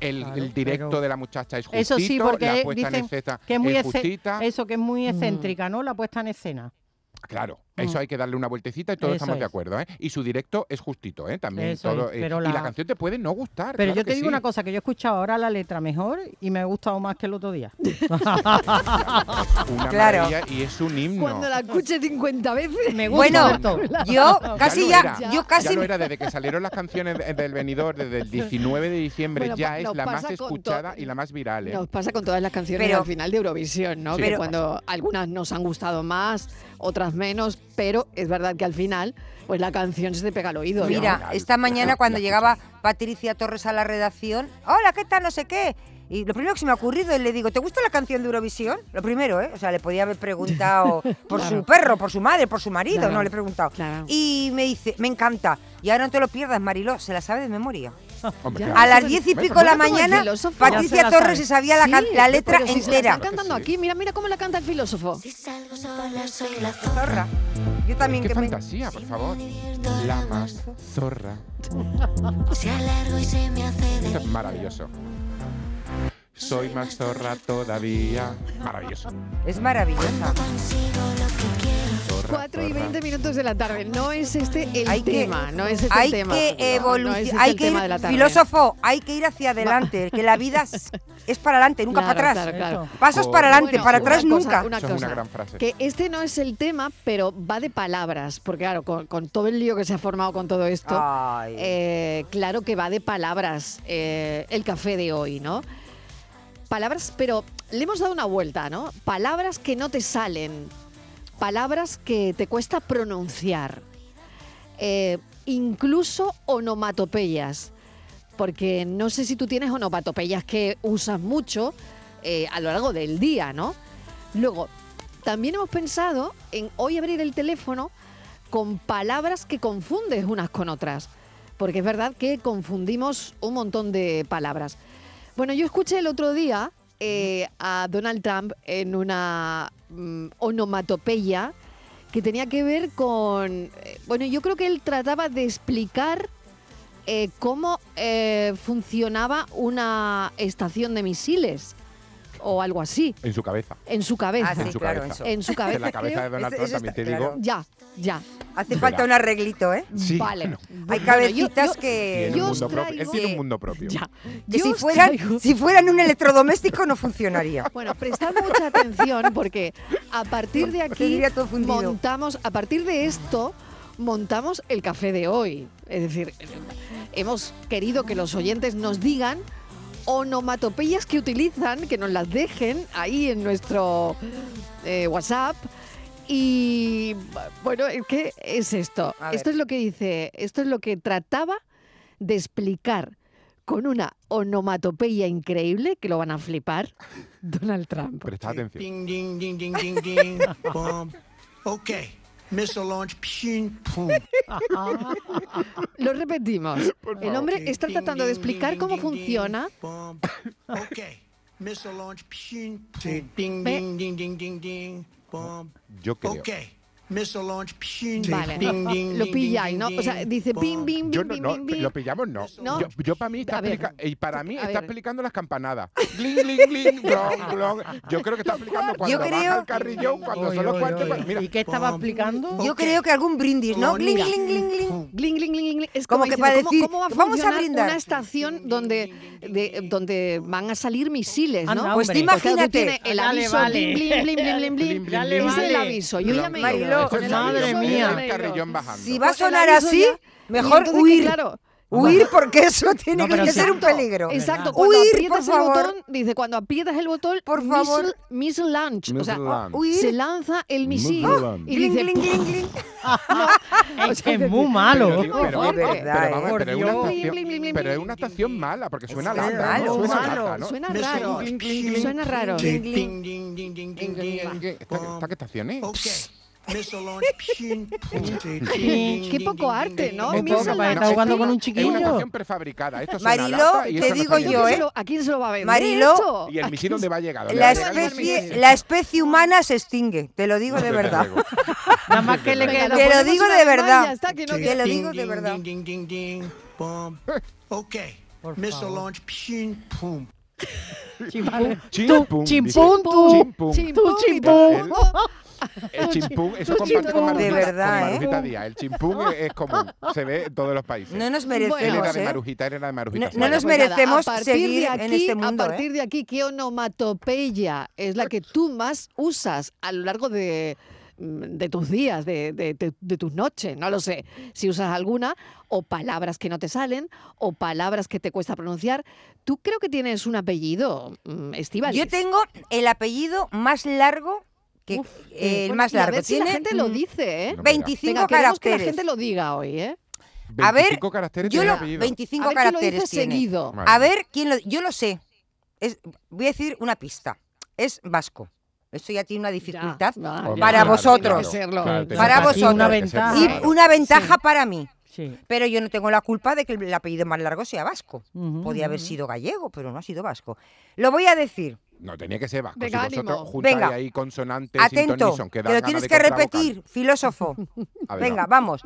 Speaker 3: El,
Speaker 4: Claro,
Speaker 3: el directo
Speaker 4: pero-
Speaker 3: de la muchacha es justito,
Speaker 4: Eso sí,
Speaker 3: la
Speaker 4: porque
Speaker 3: puesta en
Speaker 4: dicen
Speaker 3: escena
Speaker 4: que es muy
Speaker 3: es
Speaker 4: exce-
Speaker 3: justita.
Speaker 4: eso que es muy excéntrica, ¿no? La puesta en escena.
Speaker 3: Claro, eso
Speaker 1: Mm.
Speaker 3: hay que darle una vueltecita y todos
Speaker 4: Eso
Speaker 3: estamos de
Speaker 4: es.
Speaker 3: acuerdo, ¿eh? Y su directo es justito, ¿eh? También
Speaker 4: Eso
Speaker 3: todo,
Speaker 4: es,
Speaker 3: eh,
Speaker 4: pero
Speaker 3: y la
Speaker 4: la-
Speaker 3: canción te puede no gustar.
Speaker 4: Pero
Speaker 3: claro
Speaker 4: yo te
Speaker 3: que
Speaker 4: digo
Speaker 3: sí.
Speaker 4: una cosa, que yo he escuchado ahora la letra mejor y me ha gustado más que el otro
Speaker 1: *laughs*
Speaker 4: día.
Speaker 3: *laughs* Una
Speaker 5: Claro.
Speaker 3: maravilla y es un himno.
Speaker 1: Cuando la escuche 50
Speaker 5: *laughs*
Speaker 1: veces.
Speaker 4: Me gusta.
Speaker 5: Bueno,
Speaker 1: *laughs*
Speaker 4: Roberto.
Speaker 5: yo
Speaker 3: Ya
Speaker 5: casi
Speaker 3: lo
Speaker 5: ya,
Speaker 3: era,
Speaker 5: yo casi
Speaker 3: ya lo era desde que salieron las canciones de- del venidor desde el 19 de diciembre
Speaker 1: Bueno, pa-
Speaker 3: ya es
Speaker 1: nos
Speaker 3: la
Speaker 1: pasa
Speaker 3: más
Speaker 1: con to-
Speaker 3: escuchada y la más viral. ¿eh?
Speaker 1: Nos pasa con todas las canciones
Speaker 5: Pero-
Speaker 1: al final de Eurovisión, ¿no?
Speaker 3: Sí,
Speaker 1: que
Speaker 3: pero-
Speaker 1: cuando algunas nos han gustado más, otras menos, pero es verdad que al final, pues la canción se te pega al oído. ¿no?
Speaker 5: Mira,
Speaker 3: Legal.
Speaker 5: esta mañana
Speaker 3: La
Speaker 5: cuando
Speaker 3: escucha.
Speaker 5: llegaba Patricia Torres a la redacción, hola, ¿qué tal? No sé qué. Y lo primero que se me ha ocurrido es le digo, ¿te gusta la canción de Eurovisión? Lo primero, ¿eh? O sea, le podía haber
Speaker 1: *laughs*
Speaker 5: preguntado por su perro, por su madre, por su marido,
Speaker 1: Claro.
Speaker 5: no le he preguntado.
Speaker 1: Claro.
Speaker 5: Y me dice, me encanta. Y ahora no te lo pierdas, Mariló, se la sabe de
Speaker 1: *laughs*
Speaker 5: memoria.
Speaker 3: Hombre,
Speaker 1: Ya.
Speaker 3: claro.
Speaker 5: A las diez y
Speaker 3: Bueno,
Speaker 5: pico de la
Speaker 1: como el
Speaker 5: mañana,
Speaker 1: filósofo.
Speaker 4: Ya se
Speaker 5: Patricia
Speaker 4: la
Speaker 5: Torres
Speaker 4: sabe.
Speaker 5: se sabía la,
Speaker 1: Sí,
Speaker 5: can- la letra
Speaker 1: pero si se la
Speaker 5: entera.
Speaker 1: están cantando aquí, mira, mira cómo la canta el filósofo.
Speaker 2: Si salgo sola soy la zorra.
Speaker 5: Zorra. Yo también
Speaker 3: Qué
Speaker 5: que me-
Speaker 3: fantasía, por favor. La más zorra.
Speaker 2: *laughs* Se alargo y se me hace de
Speaker 3: Esto es maravilloso. Soy más zorra todavía. Maravilloso.
Speaker 5: Es maravillosa.
Speaker 2: consigo lo que quiero.
Speaker 3: Zorra,
Speaker 1: 4 y
Speaker 3: zorra.
Speaker 1: 20 minutos de la tarde. No es este el
Speaker 5: Hay que-
Speaker 1: tema. no es este
Speaker 5: hay
Speaker 1: el tema.
Speaker 5: que
Speaker 1: No, no
Speaker 5: evolucionar.
Speaker 1: es este
Speaker 5: hay
Speaker 1: el
Speaker 5: que
Speaker 1: tema
Speaker 5: ir-
Speaker 1: de la tarde.
Speaker 5: filósofo, hay que ir hacia adelante. Que la vida es, es para adelante, nunca
Speaker 1: Claro,
Speaker 5: para atrás.
Speaker 1: claro, claro.
Speaker 5: Pasos para adelante,
Speaker 1: Bueno,
Speaker 5: para
Speaker 1: una
Speaker 5: atrás
Speaker 1: cosa,
Speaker 5: nunca.
Speaker 1: Una
Speaker 3: Eso es
Speaker 1: cosa,
Speaker 3: una gran frase.
Speaker 1: Que este no es el tema, pero va de palabras. Porque claro, con, con todo el lío que se ha formado con todo esto,
Speaker 5: Ay.
Speaker 1: eh, claro que va de palabras eh, el café de hoy, ¿no? Palabras, pero le hemos dado una vuelta, ¿no? Palabras que no te salen, palabras que te cuesta pronunciar, eh, incluso onomatopeyas, porque no sé si tú tienes onomatopeyas que usas mucho eh, a lo largo del día, ¿no? Luego, también hemos pensado en hoy abrir el teléfono con palabras que confundes unas con otras, porque es verdad que confundimos un montón de palabras. Bueno, yo escuché el otro día eh, a Donald Trump en una mm, onomatopeya que tenía que ver con, eh, bueno, yo creo que él trataba de explicar eh, cómo eh, funcionaba una estación de misiles o algo así,
Speaker 3: En su cabeza.
Speaker 1: en su cabeza.
Speaker 5: Ah, sí,
Speaker 3: en su
Speaker 5: claro,
Speaker 3: cabeza.
Speaker 5: eso.
Speaker 1: En su
Speaker 3: En
Speaker 1: cabeza.
Speaker 3: la cabeza de Donald
Speaker 5: Eso-
Speaker 3: Trump
Speaker 5: eso
Speaker 3: también te
Speaker 5: está
Speaker 3: digo.
Speaker 5: claro.
Speaker 1: Ya, ya.
Speaker 5: Hace
Speaker 3: Verá.
Speaker 5: falta un arreglito, ¿eh?
Speaker 3: Sí,
Speaker 1: vale.
Speaker 3: bueno,
Speaker 5: Hay
Speaker 1: Bueno,
Speaker 5: cabecitas
Speaker 1: yo- yo-
Speaker 5: que.
Speaker 3: tiene
Speaker 1: yo
Speaker 3: un
Speaker 1: os
Speaker 3: mundo propio. Él
Speaker 1: traigo-
Speaker 3: tiene un mundo
Speaker 1: *laughs*
Speaker 3: propio.
Speaker 1: Ya.
Speaker 5: que
Speaker 1: Yo
Speaker 5: si
Speaker 1: os
Speaker 5: fueran,
Speaker 1: traigo-
Speaker 5: si fueran un electrodoméstico no funcionaría.
Speaker 1: Bueno, prestad mucha atención porque a partir de
Speaker 5: Te
Speaker 1: aquí
Speaker 5: diría todo fundido.
Speaker 1: montamos, a partir de esto montamos el café de hoy. Es decir, hemos querido que los oyentes nos digan onomatopeyas que utilizan, que nos las dejen ahí en nuestro eh, WhatsApp. Y bueno, es que es esto.
Speaker 5: A ver.
Speaker 1: Esto es lo que dice, esto es lo que trataba de explicar con una onomatopeya increíble que lo van a flipar Donald Trump.
Speaker 3: Presta atención.
Speaker 6: Ding, ding, ding, ding, ding, ding.
Speaker 3: *laughs*
Speaker 6: Boom. Okay. Missile launch. Pshin, boom.
Speaker 1: Lo repetimos. El hombre está
Speaker 6: Ding,
Speaker 1: tratando de
Speaker 6: ding,
Speaker 1: explicar
Speaker 6: ding,
Speaker 1: cómo
Speaker 6: ding, ding,
Speaker 1: funciona.
Speaker 6: boom. Okay. Missile launch. Pshin, boom. Ding,
Speaker 1: Ve-
Speaker 6: ding, ding, ding, ding, ding. Boom.
Speaker 3: Yo creo.
Speaker 6: Okay. Missile launch. Pshin,
Speaker 1: Vale.
Speaker 6: ding, ding,
Speaker 1: Lo
Speaker 6: ding, ding,
Speaker 1: pilláis, ¿no? O sea,
Speaker 6: ding,
Speaker 1: dice bim,
Speaker 6: boom.
Speaker 1: bim,
Speaker 3: Yo
Speaker 1: bim,
Speaker 3: no,
Speaker 1: bim,
Speaker 3: no,
Speaker 1: bim, bim.
Speaker 3: lo pillamos no.
Speaker 1: No.
Speaker 3: Yo, yo para mí está
Speaker 1: A ver.
Speaker 3: aplica- y para mí
Speaker 1: A
Speaker 3: está
Speaker 1: ver.
Speaker 3: aplicando las campanadas. Gling, gling, gling, glong, glong. Yo creo que está aplicando cuando
Speaker 5: creo-
Speaker 3: baja el carrillón, cuando
Speaker 4: Oy,
Speaker 3: son los
Speaker 4: oy,
Speaker 3: cuartos.
Speaker 4: oy.
Speaker 3: para- Mira,
Speaker 4: ¿Y qué estaba
Speaker 6: Pum.
Speaker 4: aplicando?
Speaker 5: Yo
Speaker 6: Ok.
Speaker 5: creo que algún brindis, ¿no? Gling,
Speaker 6: Mira.
Speaker 5: gling, gling, gling.
Speaker 1: Gling, gling, gling, gling. Es
Speaker 5: Como
Speaker 1: como,
Speaker 5: que
Speaker 1: diciendo,
Speaker 5: para
Speaker 1: ¿cómo-
Speaker 5: decir,
Speaker 1: ¿cómo, va a
Speaker 5: vamos a
Speaker 1: funcionar
Speaker 5: brindar?
Speaker 1: una estación donde, de- donde van a salir misiles, ¿no?
Speaker 4: Anda,
Speaker 5: Pues te
Speaker 4: hombre.
Speaker 1: Pues claro, tú
Speaker 5: imagínate.
Speaker 1: tienes el
Speaker 4: Ya le
Speaker 1: aviso,
Speaker 4: vale.
Speaker 1: bling, bling, bling, bling, bling, bling.
Speaker 3: Bling,
Speaker 4: Ya le
Speaker 1: Ese es el
Speaker 4: vale.
Speaker 1: avisio. Yo ya me he ido.
Speaker 5: Mariló,
Speaker 1: Esto es el
Speaker 4: madre
Speaker 1: aviso,
Speaker 4: mía.
Speaker 1: yo ya me
Speaker 3: El
Speaker 1: he ido.
Speaker 3: carrillón bajando.
Speaker 5: Si va a
Speaker 1: Pues el
Speaker 5: sonar
Speaker 1: aviso
Speaker 5: así,
Speaker 1: ya. Y
Speaker 5: mejor
Speaker 1: entonces que,
Speaker 5: huir.
Speaker 1: claro,
Speaker 5: Huir porque eso tiene
Speaker 4: No, pero
Speaker 5: que
Speaker 4: sí.
Speaker 5: ser un peligro.
Speaker 1: Exacto,
Speaker 5: ¿Verdad?
Speaker 1: cuando
Speaker 5: Huir,
Speaker 1: aprietas
Speaker 5: por
Speaker 1: el
Speaker 5: favor.
Speaker 1: botón, dice cuando aprietas el botón,
Speaker 5: Por
Speaker 1: missile-
Speaker 5: favor.
Speaker 1: missile launch, o sea,
Speaker 3: Missile launch.
Speaker 5: Huir.
Speaker 1: se lanza el misil
Speaker 3: Missile launch.
Speaker 1: y
Speaker 5: Gling,
Speaker 1: dice,
Speaker 5: gling, gling,
Speaker 1: *laughs*
Speaker 5: gling. *laughs*
Speaker 4: Es que es muy malo.
Speaker 3: Pero, digo, pero-
Speaker 5: Por
Speaker 3: pero-
Speaker 5: verdad,
Speaker 3: pero
Speaker 5: eh.
Speaker 3: vamos,
Speaker 4: Por
Speaker 3: pero es una
Speaker 4: Dios.
Speaker 3: estación-
Speaker 1: Bling, bling, bling,
Speaker 3: pero es
Speaker 1: bling,
Speaker 3: una estación mala, porque suena
Speaker 5: Eso es
Speaker 3: lata, ¿no?
Speaker 5: malo,
Speaker 3: Suena
Speaker 4: malo.
Speaker 3: lata, ¿no?
Speaker 1: suena
Speaker 6: Missile
Speaker 1: raro,
Speaker 6: launch.
Speaker 1: suena raro.
Speaker 5: Gling, gling.
Speaker 6: Ding, ding, ding, ding, ding,
Speaker 3: ¿Esta
Speaker 6: ding.
Speaker 3: qué- ¿Esta qué estación es?
Speaker 6: Okay. Missile launch. Pshin, boom.
Speaker 1: Qué poco arte, ¿no?
Speaker 4: Muy
Speaker 1: Missile
Speaker 4: poco,
Speaker 1: launch.
Speaker 4: para estar jugando con un
Speaker 3: Es una
Speaker 4: chiquillo.
Speaker 3: estación prefabricada. Esto suena
Speaker 5: Mariló,
Speaker 3: lata y
Speaker 5: te
Speaker 3: esto no
Speaker 5: digo
Speaker 3: está
Speaker 5: yo,
Speaker 1: ¿A
Speaker 3: bien.
Speaker 1: quién se lo- ¿A quién se lo va a vender
Speaker 5: Mariló,
Speaker 1: esto?
Speaker 3: ¿Y el misil dónde va a llegar? ¿Dónde va
Speaker 5: La
Speaker 3: a llegar?
Speaker 5: especie, la especie humana se extingue, te lo digo de
Speaker 3: Desde
Speaker 5: verdad.
Speaker 3: luego.
Speaker 4: Nada más que le
Speaker 1: Venga,
Speaker 4: queda.
Speaker 5: Te lo
Speaker 1: ponemos
Speaker 5: digo
Speaker 1: una
Speaker 5: de
Speaker 1: vez más,
Speaker 5: verdad.
Speaker 1: ya está, que no-
Speaker 5: Sí. Te lo digo de verdad.
Speaker 6: Ding, ding, ding, ding, boom. Okay.
Speaker 4: Por
Speaker 6: Missile
Speaker 4: favor.
Speaker 6: launch. Pshin, boom.
Speaker 4: Chimpún. Tú,
Speaker 3: Chimpún, dice.
Speaker 4: chimpún, tú. Tú,
Speaker 1: Chimpún,
Speaker 3: Chimpún.
Speaker 1: y
Speaker 4: chimpún.
Speaker 1: todo el mundo-
Speaker 3: El chimpún, eso
Speaker 1: Tú
Speaker 3: comparte con
Speaker 1: chimpún.
Speaker 5: De
Speaker 3: Marujita,
Speaker 5: verdad,
Speaker 3: con
Speaker 5: ¿eh?
Speaker 3: Marujita Díaz. El chimpún es, es común, se ve en todos los países.
Speaker 5: No nos
Speaker 3: él
Speaker 1: Bueno,
Speaker 5: merecemos,
Speaker 3: era de
Speaker 5: ¿eh?
Speaker 3: Marujita, él era de Marujita.
Speaker 5: No-
Speaker 3: sí.
Speaker 5: no nos
Speaker 1: Bueno, pues nada,
Speaker 5: merecemos
Speaker 1: a partir
Speaker 5: seguir
Speaker 1: de
Speaker 5: en
Speaker 1: aquí-
Speaker 5: este mundo,
Speaker 1: A
Speaker 5: ¿eh?
Speaker 1: partir de aquí, ¿qué onomatopeya es la que tú más usas a lo largo de, mm, de tus días, de, de- de- de tus noches? No lo sé. Si usas alguna, o palabras que no te salen, o palabras que te cuesta pronunciar. Tú creo que tienes un apellido, mm, Estíbaliz.
Speaker 5: Yo tengo el apellido más largo que
Speaker 1: Uf,
Speaker 5: eh, el
Speaker 1: Bueno,
Speaker 5: más
Speaker 1: y a
Speaker 5: largo.
Speaker 1: ver si
Speaker 5: Tiene
Speaker 1: la gente lo
Speaker 5: mm,
Speaker 1: dice, ¿eh?
Speaker 3: No,
Speaker 5: 25
Speaker 1: Venga, queremos que la
Speaker 5: caracteres.
Speaker 1: gente lo diga hoy, ¿eh?
Speaker 5: A ver,
Speaker 3: 25 caracteres
Speaker 5: Yo
Speaker 3: tiene
Speaker 5: lo-
Speaker 3: el apellido.
Speaker 5: 25
Speaker 1: a ver quién lo
Speaker 5: caracteres
Speaker 1: dice
Speaker 5: tiene.
Speaker 1: seguido.
Speaker 3: Vale.
Speaker 5: A ver quién lo yo lo sé. Es, voy a decir una pista. Es vasco. Eso ya tiene una dificultad.
Speaker 1: Ya,
Speaker 3: Hombre,
Speaker 5: Para
Speaker 3: claro,
Speaker 5: vosotros.
Speaker 3: claro,
Speaker 1: Serlo.
Speaker 3: claro, tiene
Speaker 5: Para
Speaker 3: que ser,
Speaker 5: vosotros.
Speaker 3: tiene que
Speaker 4: Y
Speaker 3: ser,
Speaker 5: Y
Speaker 3: claro.
Speaker 5: una ventaja para mí.
Speaker 4: Sí.
Speaker 5: Pero yo no tengo la culpa de que el apellido más largo sea vasco.
Speaker 4: Ujú,
Speaker 5: Podía haber
Speaker 4: ujú.
Speaker 5: sido gallego, pero no ha sido vasco. Lo voy a decir.
Speaker 3: No, tenía que ser vasco.
Speaker 1: Venga,
Speaker 3: si vosotros
Speaker 1: ánimo.
Speaker 3: juntáis
Speaker 5: Venga.
Speaker 3: ahí consonantes,
Speaker 5: Atento,
Speaker 3: sintonison,
Speaker 5: que
Speaker 3: da
Speaker 5: lo
Speaker 3: ganas
Speaker 5: tienes
Speaker 3: de
Speaker 5: que
Speaker 3: cortar la boca.
Speaker 5: repetir, filósofo.
Speaker 3: *laughs* A ver,
Speaker 5: Venga,
Speaker 3: va.
Speaker 5: vamos.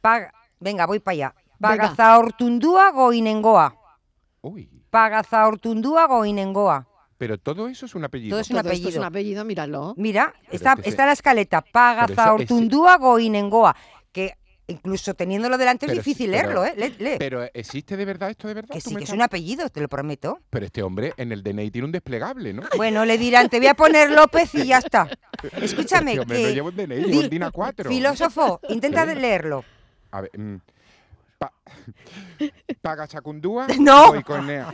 Speaker 5: Paga- Venga, voy para allá.
Speaker 1: Venga.
Speaker 5: Pagazaortundúa goinengoa.
Speaker 3: Uy,
Speaker 5: Pagazaortundúa goinengoa.
Speaker 3: pero todo eso es un apellido.
Speaker 5: Todo es un
Speaker 1: Todo esto es
Speaker 5: apellido.
Speaker 1: un apellido, míralo.
Speaker 5: Mira,
Speaker 3: Pero
Speaker 5: está,
Speaker 3: es que se-
Speaker 5: está la escaleta. Pagazaortundúa goinengoa. Que incluso teniéndolo delante es
Speaker 3: Pero sí,
Speaker 5: difícil
Speaker 3: pero-
Speaker 5: leerlo, ¿eh? Le- lee.
Speaker 3: Pero ¿eh, existe de verdad esto de verdad.
Speaker 5: Que
Speaker 3: ¿Tú
Speaker 5: sí,
Speaker 3: me
Speaker 5: que es
Speaker 3: estás-
Speaker 5: un apellido, te lo prometo.
Speaker 3: Pero este hombre en el DNI tiene un desplegable, ¿no? *laughs*
Speaker 5: Bueno, le dirán, te voy a poner López y ya está. Escúchame.
Speaker 3: Este hombre
Speaker 5: que-
Speaker 3: no lleva un DNI, lleva
Speaker 5: Di-
Speaker 3: un DINA 4.
Speaker 5: Filósofo, intenta
Speaker 3: Sí.
Speaker 5: leerlo.
Speaker 3: ¿Eh? A ver. mm, pa- Paga Chacundúa.
Speaker 5: *laughs* No.
Speaker 3: Goiconea.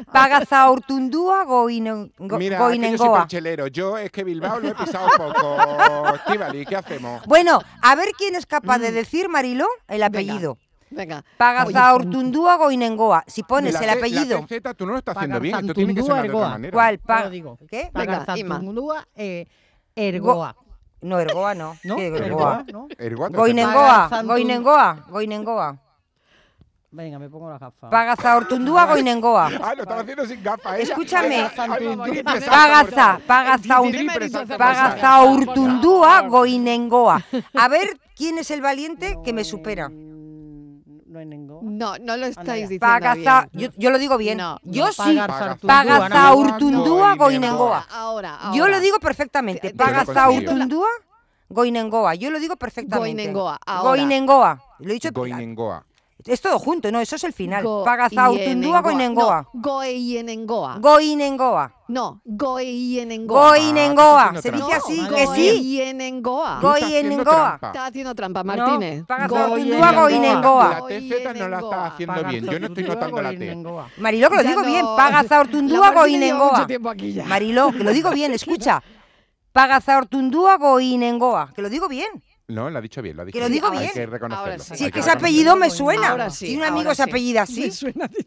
Speaker 5: Pagazaurtundúa goine- go-
Speaker 3: Mira, es que yo soy
Speaker 5: goinengoa.
Speaker 3: perchelero. Yo es que Bilbao lo he pisado poco.
Speaker 5: *laughs*
Speaker 3: Estivali, ¿qué hacemos?
Speaker 5: Bueno, a ver quién es capaz de decir, Marilo, el apellido.
Speaker 1: Venga.
Speaker 5: Pagazaurtundúa goinengoa. Si pones
Speaker 3: La
Speaker 5: el
Speaker 3: T-
Speaker 5: apellido.
Speaker 3: La TZ tú no lo estás haciendo bien. Esto tiene que
Speaker 4: Pagarzantundúa
Speaker 3: sonar de otra
Speaker 4: Ergoa.
Speaker 3: manera.
Speaker 5: ¿Cuál?
Speaker 4: No
Speaker 5: Pa-
Speaker 4: lo digo.
Speaker 5: ¿Qué?
Speaker 1: Venga, Inma.
Speaker 4: Pagazaurtundúa eh, ergoa.
Speaker 5: No, Ergoa no.
Speaker 4: ¿No?
Speaker 5: ¿Qué
Speaker 4: Ergoa,
Speaker 5: Ergoa?
Speaker 4: ¿no?
Speaker 3: Ergoa, te-
Speaker 5: Goinengoa,
Speaker 4: Pagarzantun-
Speaker 5: goinengoa, goinengoa.
Speaker 4: Venga, me pongo las gafas.
Speaker 5: Pagazaurtundúa goinengoa.
Speaker 3: Ah, lo estaba haciendo sin gafas.
Speaker 5: Escúchame. Pagaza,
Speaker 3: Pagaza.
Speaker 5: pagazaur, pagazaurtundúa goinengoa. A ver quién es el valiente que me
Speaker 4: No
Speaker 5: supera.
Speaker 4: en- No en engoa.
Speaker 1: No, no lo estáis
Speaker 4: Anda
Speaker 1: diciendo
Speaker 5: Pagaza,
Speaker 1: bien.
Speaker 5: Ah, yo, yo lo digo bien.
Speaker 1: No,
Speaker 5: yo
Speaker 4: no,
Speaker 5: sí.
Speaker 4: Pagarzantundúa, ¿no?
Speaker 5: Pagazaurtundúa goinengoa.
Speaker 1: Ahora, ahora, Ah, ahora.
Speaker 5: Yo lo digo perfectamente.
Speaker 1: Te- te lo
Speaker 5: Pagazaurtundúa goinengoa. Yo lo digo perfectamente.
Speaker 1: Goinengoa, ahora.
Speaker 5: Goinengoa. Lo he dicho.
Speaker 3: Goinengoa.
Speaker 5: Es todo junto, no, eso es el final.
Speaker 1: Go-
Speaker 5: Pagazaurtundúa goinengoa.
Speaker 1: No, goienengoa.
Speaker 5: Goinengoa.
Speaker 1: No, goienengoa.
Speaker 3: Ah,
Speaker 5: Goinengoa.
Speaker 3: que
Speaker 5: Se
Speaker 3: estoy
Speaker 5: dice así,
Speaker 4: haciendo
Speaker 5: que
Speaker 4: trampa.
Speaker 5: sí.
Speaker 1: Goienengoa.
Speaker 5: Go-
Speaker 1: Está haciendo trampa, Martínez.
Speaker 5: No, pagazaurtundúa
Speaker 4: Goinengoa.
Speaker 5: goinengoa.
Speaker 3: La TZ no la está haciendo bien. Yo no estoy notando la T.
Speaker 4: Pagazaurtundúa
Speaker 5: Mariló, que lo
Speaker 1: Ya
Speaker 5: digo
Speaker 1: no.
Speaker 5: bien. Pagazaurtundúa
Speaker 1: La Martínez lleva
Speaker 5: goinengoa.
Speaker 1: mucho tiempo aquí ya.
Speaker 5: Mariló, que lo digo bien, escucha. Pagazaurtundúa goinengoa. Que lo digo bien.
Speaker 3: No, lo ha dicho bien. Lo ha dicho
Speaker 5: Que lo digo
Speaker 3: Hay
Speaker 5: bien.
Speaker 3: que reconocerlo.
Speaker 1: Ahora sí.
Speaker 3: hay
Speaker 5: Si es que ese
Speaker 1: ahora
Speaker 3: reconocerlo.
Speaker 5: apellido me
Speaker 1: sí.
Speaker 5: suena.
Speaker 1: Ahora sí,
Speaker 5: Si un amigo
Speaker 1: ahora
Speaker 5: se
Speaker 1: sí.
Speaker 5: apellida así.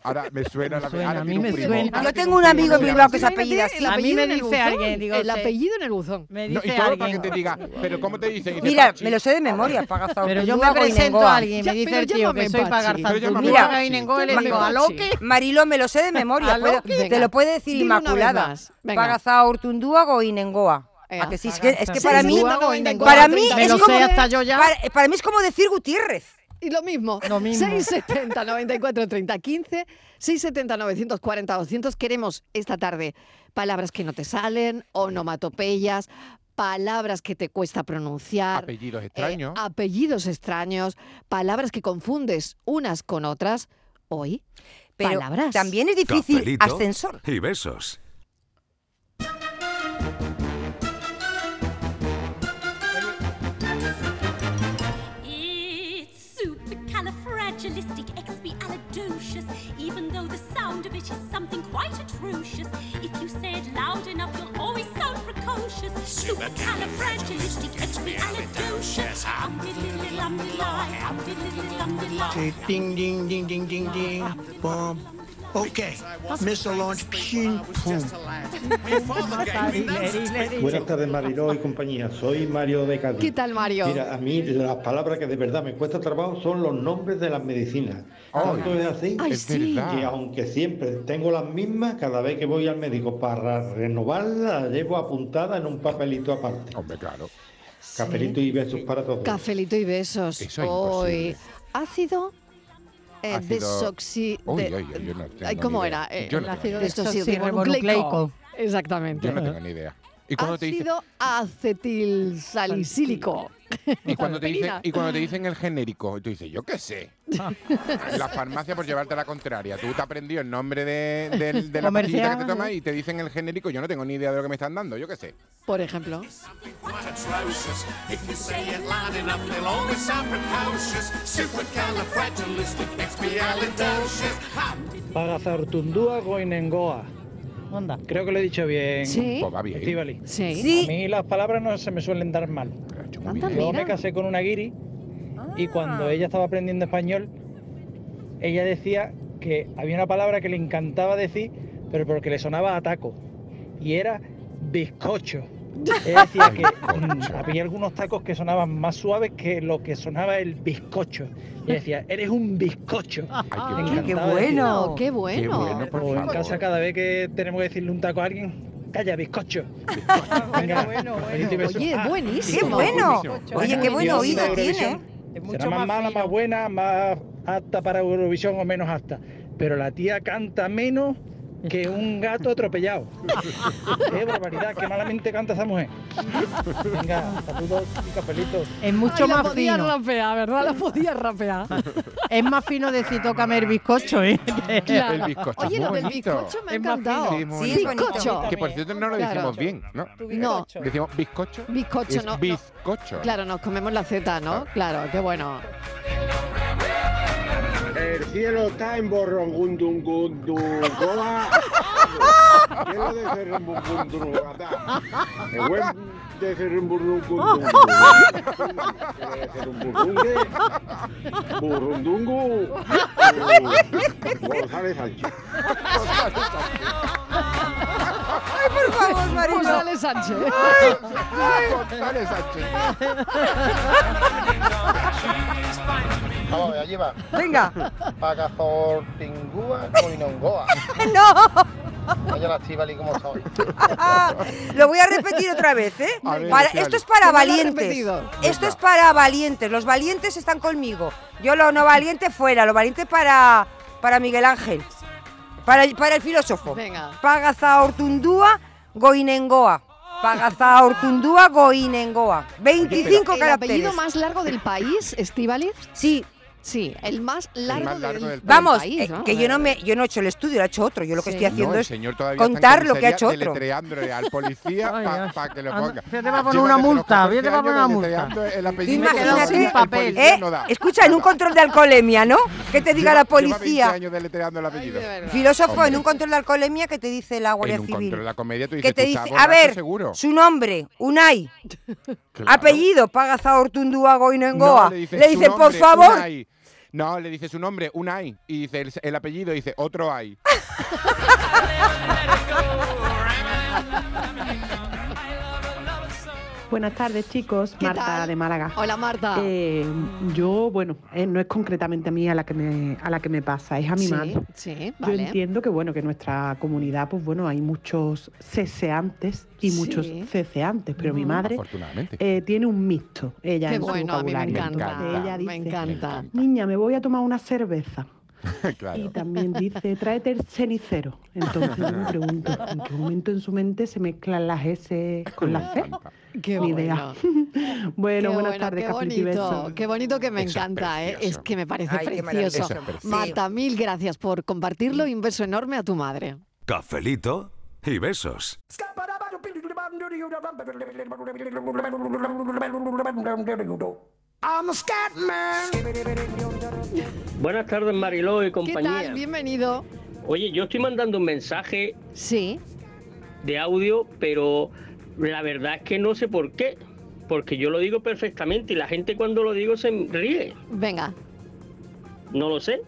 Speaker 3: Ahora me suena la
Speaker 4: Me suena,
Speaker 3: ahora
Speaker 4: a
Speaker 3: tiene
Speaker 4: mí
Speaker 3: un
Speaker 4: me
Speaker 3: primo.
Speaker 4: suena.
Speaker 5: Yo tengo un amigo en
Speaker 3: se
Speaker 5: Bilbao que se
Speaker 3: llama
Speaker 5: apellida así.
Speaker 1: El
Speaker 4: A mí
Speaker 1: apellido
Speaker 4: me
Speaker 1: en el
Speaker 4: dice
Speaker 1: buzón,
Speaker 4: alguien, digo,
Speaker 1: El
Speaker 4: se-
Speaker 1: apellido en el buzón.
Speaker 4: Me
Speaker 3: No,
Speaker 4: dice
Speaker 3: y todo para que
Speaker 4: alguien.
Speaker 3: te diga, pero ¿cómo te dicen? Y dice,
Speaker 5: Mira,
Speaker 3: Pachi.
Speaker 5: me lo sé de memoria,
Speaker 4: *laughs*
Speaker 5: Pagazaurtundúa
Speaker 4: Pero yo me presento
Speaker 5: goinengoa.
Speaker 4: a alguien,
Speaker 1: Ya,
Speaker 4: me dice
Speaker 1: pero
Speaker 4: el tío
Speaker 1: llámame
Speaker 4: que soy
Speaker 1: Pachi.
Speaker 3: Pero
Speaker 4: Pagarzantundúa
Speaker 3: llámame
Speaker 5: Pachi.
Speaker 4: Goinengoa y le
Speaker 5: Llámame
Speaker 4: digo, ¿a lo
Speaker 1: Pachi.
Speaker 4: que?
Speaker 5: Mariló, me lo sé de memoria.
Speaker 4: ¿A lo
Speaker 5: puedo-
Speaker 4: que?
Speaker 5: te lo puede decir
Speaker 1: Dilo una vez
Speaker 5: Inmaculada.
Speaker 1: más, venga.
Speaker 5: Pagazaurtundúa goinengoa.
Speaker 1: Ea.
Speaker 5: ¿A que sí? Es que, es que
Speaker 1: Sí,
Speaker 5: para
Speaker 1: sí,
Speaker 5: mí,
Speaker 1: una goinengoa,
Speaker 5: para mí
Speaker 1: treinta
Speaker 4: Me
Speaker 5: es
Speaker 4: lo
Speaker 1: euros.
Speaker 5: como,
Speaker 4: sé hasta yo ya.
Speaker 5: para, para mí es como decir Gutiérrez.
Speaker 4: *laughs*
Speaker 1: Y lo mismo.
Speaker 4: Lo mismo.
Speaker 1: 670 94 30 15, 670 940 200. Queremos esta tarde palabras que no te salen, onomatopeyas, palabras que te cuesta pronunciar.
Speaker 3: Apellidos
Speaker 1: eh,
Speaker 3: extraños.
Speaker 1: apellidos extraños, palabras que confundes unas con otras. Hoy,
Speaker 5: Pero
Speaker 1: palabras.
Speaker 5: también es difícil
Speaker 7: Cafelito
Speaker 5: ascensor.
Speaker 7: y besos.
Speaker 8: It's supercalifragilisticexpialidocious, even though the sound of it is something quite atrocious. If you say it loud enough, you'll always sound precocious. Supercalifragilisticexpialidocious. Umdiddly-lilly-lumdiddly, umdiddly-lilly-lumdiddly.
Speaker 6: Say ding, ding, ding, ding, ding, ding, boom. Okay, missile launch, ping, boom.
Speaker 9: Buenas tardes, Mariló y compañía. Soy Mario de Cádiz.
Speaker 1: ¿Qué tal, Mario?
Speaker 9: Mira, a mí las palabras que de verdad me cuesta trabajo son los nombres de las medicinas.
Speaker 3: Ay.
Speaker 9: Tanto es así
Speaker 1: Ay,
Speaker 3: es
Speaker 1: sí.
Speaker 9: que
Speaker 3: verdad.
Speaker 9: aunque siempre tengo las mismas, cada vez que voy al médico para renovarla, la llevo apuntada en un papelito aparte.
Speaker 3: Hombre, claro.
Speaker 9: Capelito y besos para todos.
Speaker 1: Cafelito y besos.
Speaker 3: Eso es
Speaker 1: hoy,
Speaker 3: imposible.
Speaker 1: ácido, eh,
Speaker 3: Ácido-
Speaker 1: desoxi...
Speaker 3: Uy,
Speaker 1: de-
Speaker 3: uy, uy, yo no tengo
Speaker 1: Ay,
Speaker 3: ni
Speaker 1: ¿Cómo
Speaker 3: idea.
Speaker 1: era? Eh,
Speaker 3: Yo no tengo ni idea.
Speaker 1: desoxirribonucleico.
Speaker 4: Desoxirribonucleico.
Speaker 1: Exactamente.
Speaker 3: Yo no tengo ni idea. Y cuando te dicen,
Speaker 1: Ácido acetilsalicílico.
Speaker 3: y cuando te dicen,
Speaker 1: Aspirina.
Speaker 3: y cuando te dicen el genérico, tú dices, yo qué sé. En la farmacia por llevarte la contraria. Tú te aprendido el nombre de, del- de la pastillita que te
Speaker 4: Comercial,
Speaker 3: tomas
Speaker 4: ¿no?
Speaker 3: y te dicen el genérico, yo no tengo ni idea de lo que me están dando, yo qué sé.
Speaker 1: Por ejemplo.
Speaker 10: Pagazaurtundúa goinengoa.
Speaker 4: Onda.
Speaker 10: Creo que lo he dicho bien.
Speaker 1: Sí.
Speaker 3: Pues va bien.
Speaker 10: Estíbaliz.
Speaker 1: Sí. Ah,
Speaker 10: A
Speaker 5: Sí,
Speaker 10: mí las palabras no se me suelen dar mal.
Speaker 3: Lo ha hecho muy
Speaker 1: Anda,
Speaker 3: bien.
Speaker 10: Yo
Speaker 1: mira.
Speaker 10: me casé con una guiri
Speaker 3: Ah.
Speaker 10: y cuando ella estaba aprendiendo español, ella decía que había una palabra que le encantaba decir, pero porque le sonaba a taco. Y era bizcocho. Ella decía que mm, había algunos tacos que sonaban más suaves que lo que sonaba el bizcocho. Y decía, eres un bizcocho.
Speaker 3: Ay,
Speaker 10: Me
Speaker 3: qué bueno.
Speaker 5: qué
Speaker 10: encantaba
Speaker 5: bueno.
Speaker 1: Qué bueno.
Speaker 3: Qué bueno, por
Speaker 10: O en
Speaker 3: favor.
Speaker 10: casa cada vez que tenemos que decirle un taco a alguien,
Speaker 11: Calla,
Speaker 4: *laughs*
Speaker 11: bizcocho.
Speaker 4: Bueno, bueno, bueno.
Speaker 11: Benito y beso.
Speaker 1: Oye,
Speaker 11: Ah,
Speaker 1: buenísimo.
Speaker 5: ¡Qué
Speaker 11: y-
Speaker 5: bueno!
Speaker 4: buenísimo.
Speaker 5: Oye, qué buen
Speaker 11: y-
Speaker 5: oído
Speaker 11: y-
Speaker 5: tiene.
Speaker 11: Será
Speaker 4: Es mucho
Speaker 11: más,
Speaker 4: más
Speaker 11: mala,
Speaker 4: fino.
Speaker 11: más buena, más apta para Eurovisión o menos apta. Pero la tía canta menos que un gato atropellado. ¡Qué barbaridad! ¡Qué malamente canta esa mujer! Venga, saludos y capelitos.
Speaker 4: Es mucho
Speaker 1: Ay, la
Speaker 4: más
Speaker 1: podía
Speaker 4: fino.
Speaker 1: rapear, ¿verdad? La podía rapear.
Speaker 4: *laughs* Es más fino de si toca el bizcocho,
Speaker 1: *laughs*
Speaker 4: ¿eh?
Speaker 1: Claro.
Speaker 3: *laughs* El bizcocho
Speaker 1: Oye,
Speaker 3: es
Speaker 1: lo
Speaker 3: muy
Speaker 1: del
Speaker 3: bonito.
Speaker 1: bizcocho me ha
Speaker 4: Es más
Speaker 1: encantado.
Speaker 3: fino. Sí, muy
Speaker 5: Sí, es bonito.
Speaker 1: bizcocho.
Speaker 3: Que por cierto no lo
Speaker 1: Claro.
Speaker 3: dijimos bien, ¿no?
Speaker 4: Tu
Speaker 1: No.
Speaker 4: bizcocho.
Speaker 3: Decimos bizcocho.
Speaker 1: Bizcocho,
Speaker 3: Es
Speaker 1: no, no.
Speaker 3: bizcocho.
Speaker 1: *laughs* Claro, nos comemos la Z, ¿no? Claro, qué bueno.
Speaker 12: El cielo está en borrongundungundugoa. El cielo de Cerrumbungundunguatá. El web de Cerrumbungundunguatá. El Cerrumbungungue. Burrundungu. González Sánchez.
Speaker 5: Ay, por favor, Marino.
Speaker 1: González Sánchez.
Speaker 3: González Sánchez.
Speaker 13: Vamos, allí va.
Speaker 5: Venga.
Speaker 13: Pagazortingúa, coinongoa.
Speaker 5: *laughs* ¡No!
Speaker 13: Oye, la Estivali como soy.
Speaker 5: *laughs* Lo voy a repetir otra vez, ¿eh?
Speaker 3: A ver,
Speaker 5: Para-
Speaker 3: dale.
Speaker 5: esto es para
Speaker 1: Que no lo ha
Speaker 5: valientes.
Speaker 1: repetido.
Speaker 5: Esto es para valientes. Los valientes están conmigo. Yo lo no valiente fuera. Lo valiente para, para Miguel Ángel. Para, el- para el filósofo.
Speaker 1: Venga.
Speaker 5: Pagazaortundúa Goinengoa. Pagazaortundúa Goinengoa. 25
Speaker 1: ¿El apellido
Speaker 5: caracteres.
Speaker 1: más largo del país, Estíbaliz?
Speaker 5: Sí,
Speaker 1: Sí, el más largo,
Speaker 3: largo del país.
Speaker 5: vamos,
Speaker 1: país,
Speaker 5: eh, que yo no me yo no he hecho el estudio, lo ha hecho otro. Yo lo que
Speaker 1: Sí.
Speaker 5: estoy haciendo
Speaker 3: no, el
Speaker 5: es
Speaker 3: señor todavía
Speaker 5: contar
Speaker 3: está en
Speaker 5: lo que ha
Speaker 3: comisaría
Speaker 5: hecho otro.
Speaker 3: deletreándole al policía
Speaker 4: *laughs* Ay,
Speaker 3: para
Speaker 4: ay.
Speaker 3: que lo
Speaker 4: Anda,
Speaker 3: ponga.
Speaker 4: fíjate, va a poner
Speaker 3: Lleva
Speaker 4: una
Speaker 3: desde los
Speaker 4: multa,
Speaker 3: 14
Speaker 4: fíjate, va a poner una
Speaker 3: años
Speaker 4: multa.
Speaker 3: deletreando El apellido
Speaker 5: Tú
Speaker 3: que
Speaker 5: imagínate,
Speaker 3: el
Speaker 4: papel.
Speaker 3: policía
Speaker 5: ¿eh?
Speaker 3: no da.
Speaker 5: Escucha, en un control de alcoholemia, ¿no? Que te diga
Speaker 3: Lleva-
Speaker 5: la
Speaker 3: Lleva 20
Speaker 5: policía.
Speaker 3: años deletreando el apellido.
Speaker 5: Filósofo en
Speaker 3: Hombre.
Speaker 5: un control de alcoholemia que te dice la Guardia
Speaker 3: en un
Speaker 5: Civil.
Speaker 3: control de la comedia tú dices,
Speaker 5: que te
Speaker 3: tú estás
Speaker 5: dice, a
Speaker 3: borracho
Speaker 5: ver,
Speaker 3: seguro.
Speaker 5: su nombre, Unai,
Speaker 3: Claro.
Speaker 5: apellido, Pagazaortundúa Goinengoa.
Speaker 3: No,
Speaker 5: le dice,
Speaker 3: su
Speaker 5: por
Speaker 3: nombre,
Speaker 5: favor, *laughs*
Speaker 3: Unai. No, le dice su nombre, Unai. Y dice el, el apellido, dice otro hay.
Speaker 14: Buenas tardes, chicos.
Speaker 1: ¿Qué
Speaker 14: Marta
Speaker 1: tal?
Speaker 14: de Málaga.
Speaker 1: Hola, Marta.
Speaker 14: Eh, yo, bueno, eh, no es concretamente a mí a la que me, a la que me pasa, es a mi
Speaker 1: sí,
Speaker 14: madre.
Speaker 1: sí,
Speaker 14: Yo
Speaker 1: vale.
Speaker 14: entiendo que bueno, que en nuestra comunidad, pues bueno, hay muchos ceseantes y
Speaker 1: Sí.
Speaker 14: muchos ceceantes, pero mi
Speaker 1: Ujú.
Speaker 14: madre
Speaker 3: Afortunadamente.
Speaker 14: eh, tiene un mixto. Ella
Speaker 1: Qué
Speaker 14: en su
Speaker 1: bueno, a mí me
Speaker 14: vocabulario.
Speaker 1: encanta.
Speaker 3: Entonces
Speaker 14: ella
Speaker 1: me
Speaker 14: dice,
Speaker 1: encanta.
Speaker 14: Niña, me voy a tomar una cerveza. Y
Speaker 3: *laughs* claro.
Speaker 14: también dice, tráete el cenicero. Entonces yo me
Speaker 3: *laughs*
Speaker 14: pregunto, ¿en qué momento en su mente se mezclan las S con las C?
Speaker 1: Qué
Speaker 14: Ni
Speaker 1: bueno.
Speaker 14: idea.
Speaker 1: Qué
Speaker 14: *laughs* Bueno, buenas
Speaker 1: bueno,
Speaker 14: tardes,
Speaker 1: qué
Speaker 14: Cafelito y
Speaker 1: bonito,
Speaker 14: besos.
Speaker 1: qué bonito que me
Speaker 3: Eso es
Speaker 1: encanta, ¿eh? es
Speaker 3: precioso.
Speaker 1: que me parece
Speaker 5: Ay, qué
Speaker 1: precioso.
Speaker 5: maravilloso.
Speaker 3: Eso es
Speaker 5: Sí.
Speaker 1: Marta, mil gracias por compartirlo y un beso enorme a tu madre.
Speaker 15: Cafelito y besos.
Speaker 16: I'm a scat man.
Speaker 11: Buenas tardes, Mariló y
Speaker 1: ¿Qué
Speaker 11: compañía.
Speaker 1: tal? Bienvenido.
Speaker 11: Oye, yo estoy mandando un mensaje
Speaker 1: Sí,
Speaker 11: de audio, pero la verdad es que no sé por qué. Porque yo lo digo perfectamente y la gente cuando lo digo se ríe.
Speaker 1: venga.
Speaker 11: No lo sé.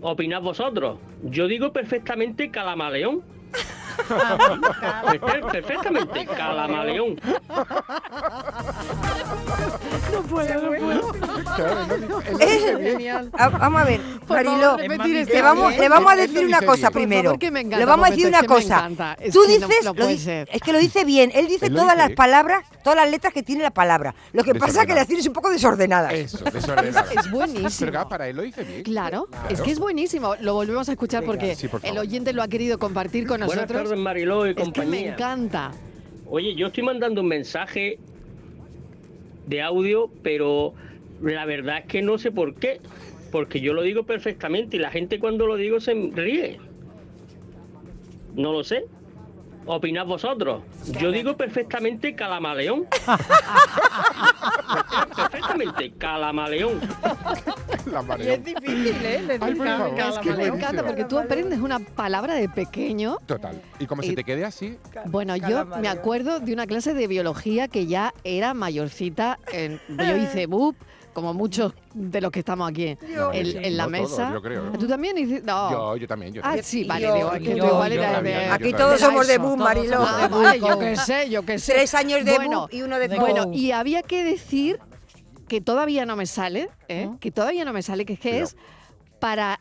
Speaker 11: Opinad vosotros. Yo digo perfectamente
Speaker 1: *laughs*
Speaker 11: calamaleón.
Speaker 1: Ah,
Speaker 11: Perfe- *laughs* perfectamente calamaleón.
Speaker 1: No puedo, no puedo. *laughs*
Speaker 3: Claro, no, eso
Speaker 5: Eh,
Speaker 3: dice bien.
Speaker 5: Ah, vamos a ver,
Speaker 1: Por favor,
Speaker 5: Mariló,
Speaker 1: repetir
Speaker 5: le
Speaker 1: este
Speaker 5: vamos,
Speaker 1: audio,
Speaker 5: le vamos a
Speaker 3: Él lo
Speaker 5: decir una
Speaker 3: dice
Speaker 5: cosa
Speaker 3: bien.
Speaker 1: Por
Speaker 5: primero.
Speaker 1: favor, que me encanta,
Speaker 5: le vamos a decir
Speaker 1: Roberto,
Speaker 5: una
Speaker 1: es que me
Speaker 5: cosa.
Speaker 1: encanta. Es
Speaker 5: Tú
Speaker 1: que no-
Speaker 5: dices,
Speaker 1: no
Speaker 5: lo
Speaker 1: puede
Speaker 5: di-
Speaker 1: ser.
Speaker 5: es que lo dice bien, él dice
Speaker 3: Él lo
Speaker 5: todas
Speaker 3: dice
Speaker 5: las
Speaker 3: bien.
Speaker 5: palabras, todas las letras que tiene la palabra. Lo que pasa es que
Speaker 3: Desordenada.
Speaker 5: las tienes un poco desordenadas.
Speaker 3: Eso,
Speaker 5: *laughs*
Speaker 3: desordenado.
Speaker 1: Es buenísimo.
Speaker 3: Pero claro, para él lo dice bien.
Speaker 1: Claro, es que es buenísimo. Lo volvemos a escuchar porque
Speaker 3: sí, por
Speaker 1: el
Speaker 3: favor.
Speaker 1: oyente lo ha querido compartir con
Speaker 11: Buenas
Speaker 1: nosotros.
Speaker 11: tardes, Mariló y
Speaker 1: es que me
Speaker 11: compañía. *laughs*
Speaker 1: encanta.
Speaker 11: Oye, yo estoy mandando un mensaje de audio, pero la verdad es que no sé por qué. Porque yo lo digo perfectamente y la gente cuando lo digo se ríe. No lo sé. Opinad vosotros. Yo digo perfectamente calamaleón. perfectamente calamaleón.
Speaker 4: Y
Speaker 3: La
Speaker 4: es
Speaker 1: *laughs*
Speaker 3: mareón.
Speaker 4: difícil, ¿eh? Le
Speaker 3: Ay, por
Speaker 4: toca
Speaker 3: favor,
Speaker 4: a
Speaker 3: es
Speaker 1: Es
Speaker 4: la
Speaker 1: que me
Speaker 4: mano.
Speaker 3: buenísimo.
Speaker 1: encanta porque tú
Speaker 4: Calamaleón.
Speaker 1: aprendes una palabra de pequeño.
Speaker 3: Total. Y como se
Speaker 1: Y-
Speaker 3: te quede así,
Speaker 1: Bueno, yo me acuerdo de una clase de biología que ya era mayorcita. en- yo hice BUP, como muchos de los que estamos aquí
Speaker 3: No,
Speaker 1: en,
Speaker 3: sí.
Speaker 1: en la
Speaker 3: No todos,
Speaker 1: mesa.
Speaker 3: yo creo.
Speaker 1: ¿Tú también hiciste? No.
Speaker 3: yo, yo también. Yo
Speaker 1: ah,
Speaker 3: también.
Speaker 1: sí,
Speaker 5: Yo-
Speaker 1: vale. digo,
Speaker 5: yo-
Speaker 1: es que tú
Speaker 4: yo-
Speaker 1: igual
Speaker 4: yo
Speaker 1: eras
Speaker 3: también,
Speaker 1: de-
Speaker 3: yo
Speaker 5: Aquí
Speaker 1: de
Speaker 5: todos
Speaker 1: la
Speaker 5: somos de
Speaker 1: ESO.
Speaker 5: boom,
Speaker 4: todos
Speaker 5: Mariló.
Speaker 4: somos
Speaker 1: Ah,
Speaker 4: de
Speaker 1: vale, yo
Speaker 5: Boom.
Speaker 1: qué sé, yo qué sé.
Speaker 5: Tres años de
Speaker 1: Bueno,
Speaker 5: boom y uno de
Speaker 4: de
Speaker 5: boom.
Speaker 1: Bueno, y había que decir que todavía no me sale, ¿eh? que todavía no me sale, que es que es para.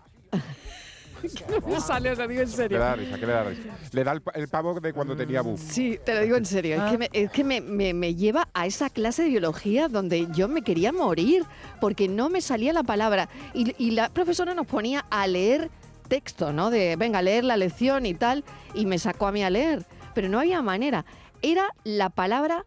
Speaker 1: no me *laughs* sale, te lo digo en
Speaker 3: ¿Qué le
Speaker 1: serio. Mm,
Speaker 3: da risa? ¿Qué le da risa? Le da el, pa- el pavo de cuando tenía buf.
Speaker 1: Sí, te lo digo en serio. Es que, me, es que me, me- me lleva a esa clase de biología donde yo me quería morir porque no me salía la palabra. Y, y la profesora nos ponía a leer texto, ¿no? De, venga, leer la lección y tal. Y me sacó a mí a leer. Pero no había manera. Era la palabra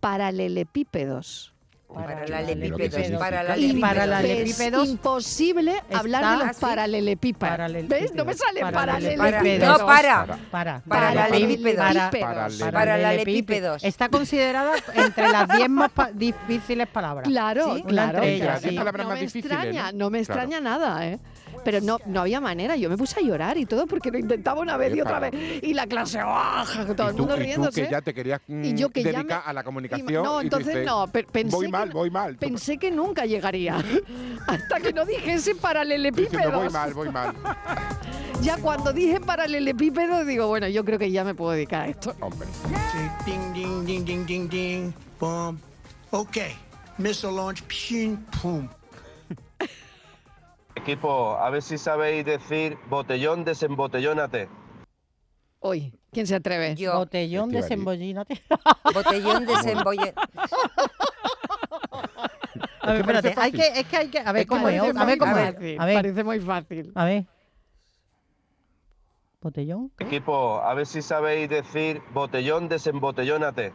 Speaker 1: paralelepípedos.
Speaker 5: Para
Speaker 4: Uy,
Speaker 5: la
Speaker 4: qué chulo,
Speaker 5: lepipedos,
Speaker 4: ¿qué significa?
Speaker 5: para la
Speaker 4: Y para la
Speaker 5: lepipedos.
Speaker 4: lepipedos
Speaker 1: Imposible hablar de los
Speaker 4: así.
Speaker 1: paralelepípedos. ¿Ves? No me sale paralelepípedos.
Speaker 5: No, para.
Speaker 4: Para.
Speaker 5: Paralelepípedos.
Speaker 4: Para-
Speaker 5: Paralelepípedos.
Speaker 4: Paralelepípedos. Está considerada entre las 10 más pa- difíciles palabras.
Speaker 1: Claro,
Speaker 4: Sí, una
Speaker 1: claro.
Speaker 4: entre ellas,
Speaker 1: claro.
Speaker 4: sí.
Speaker 1: no me
Speaker 3: ¿eh?
Speaker 1: extraña, ¿no? me extraña nada, ¿eh? Pero no, no había manera, yo me puse a llorar y todo porque lo intentaba una vez y otra vez. Y la clase, ¡ah! todo el
Speaker 3: Tú,
Speaker 1: mundo
Speaker 3: y tú
Speaker 1: riéndose.
Speaker 3: que ya te querías mm,
Speaker 1: Y yo que ya
Speaker 3: dedicar
Speaker 1: me-
Speaker 3: a la comunicación.
Speaker 1: Y- no,
Speaker 3: y
Speaker 1: entonces
Speaker 3: dices,
Speaker 1: no, pe- pensé
Speaker 3: Voy
Speaker 1: que
Speaker 3: mal, voy mal. Tú
Speaker 1: Pensé que nunca llegaría. *laughs* Hasta que no dije ese
Speaker 3: diciendo,
Speaker 1: paralelepípedo.
Speaker 3: voy mal, voy mal.
Speaker 1: *laughs* Ya cuando dije paralelepípedo, digo, bueno, yo creo que ya me puedo dedicar a esto.
Speaker 3: Hombre.
Speaker 6: Ding, ding, ding, ding, ding, ding. Boom. Okay. Missile launch. Pshin, boom.
Speaker 7: Equipo, a ver si sabéis decir botellón, desembotellónate.
Speaker 1: Hoy, ¿quién se atreve?
Speaker 4: Botellón
Speaker 7: Estivali.
Speaker 4: desembollínate.
Speaker 5: Botellón desembolle-
Speaker 4: A
Speaker 5: Es
Speaker 4: ver,
Speaker 5: que parece
Speaker 4: *laughs* espérate, hay
Speaker 5: fácil.
Speaker 4: que, es que hay que. A ver
Speaker 5: Es que
Speaker 4: cómo es.
Speaker 5: parece
Speaker 4: A ver
Speaker 5: muy
Speaker 4: cómo
Speaker 5: fácil,
Speaker 4: es. A ver.
Speaker 1: Parece muy fácil.
Speaker 4: A ver. Botellón.
Speaker 7: Equipo, a ver si sabéis decir botellón, desembotellónate.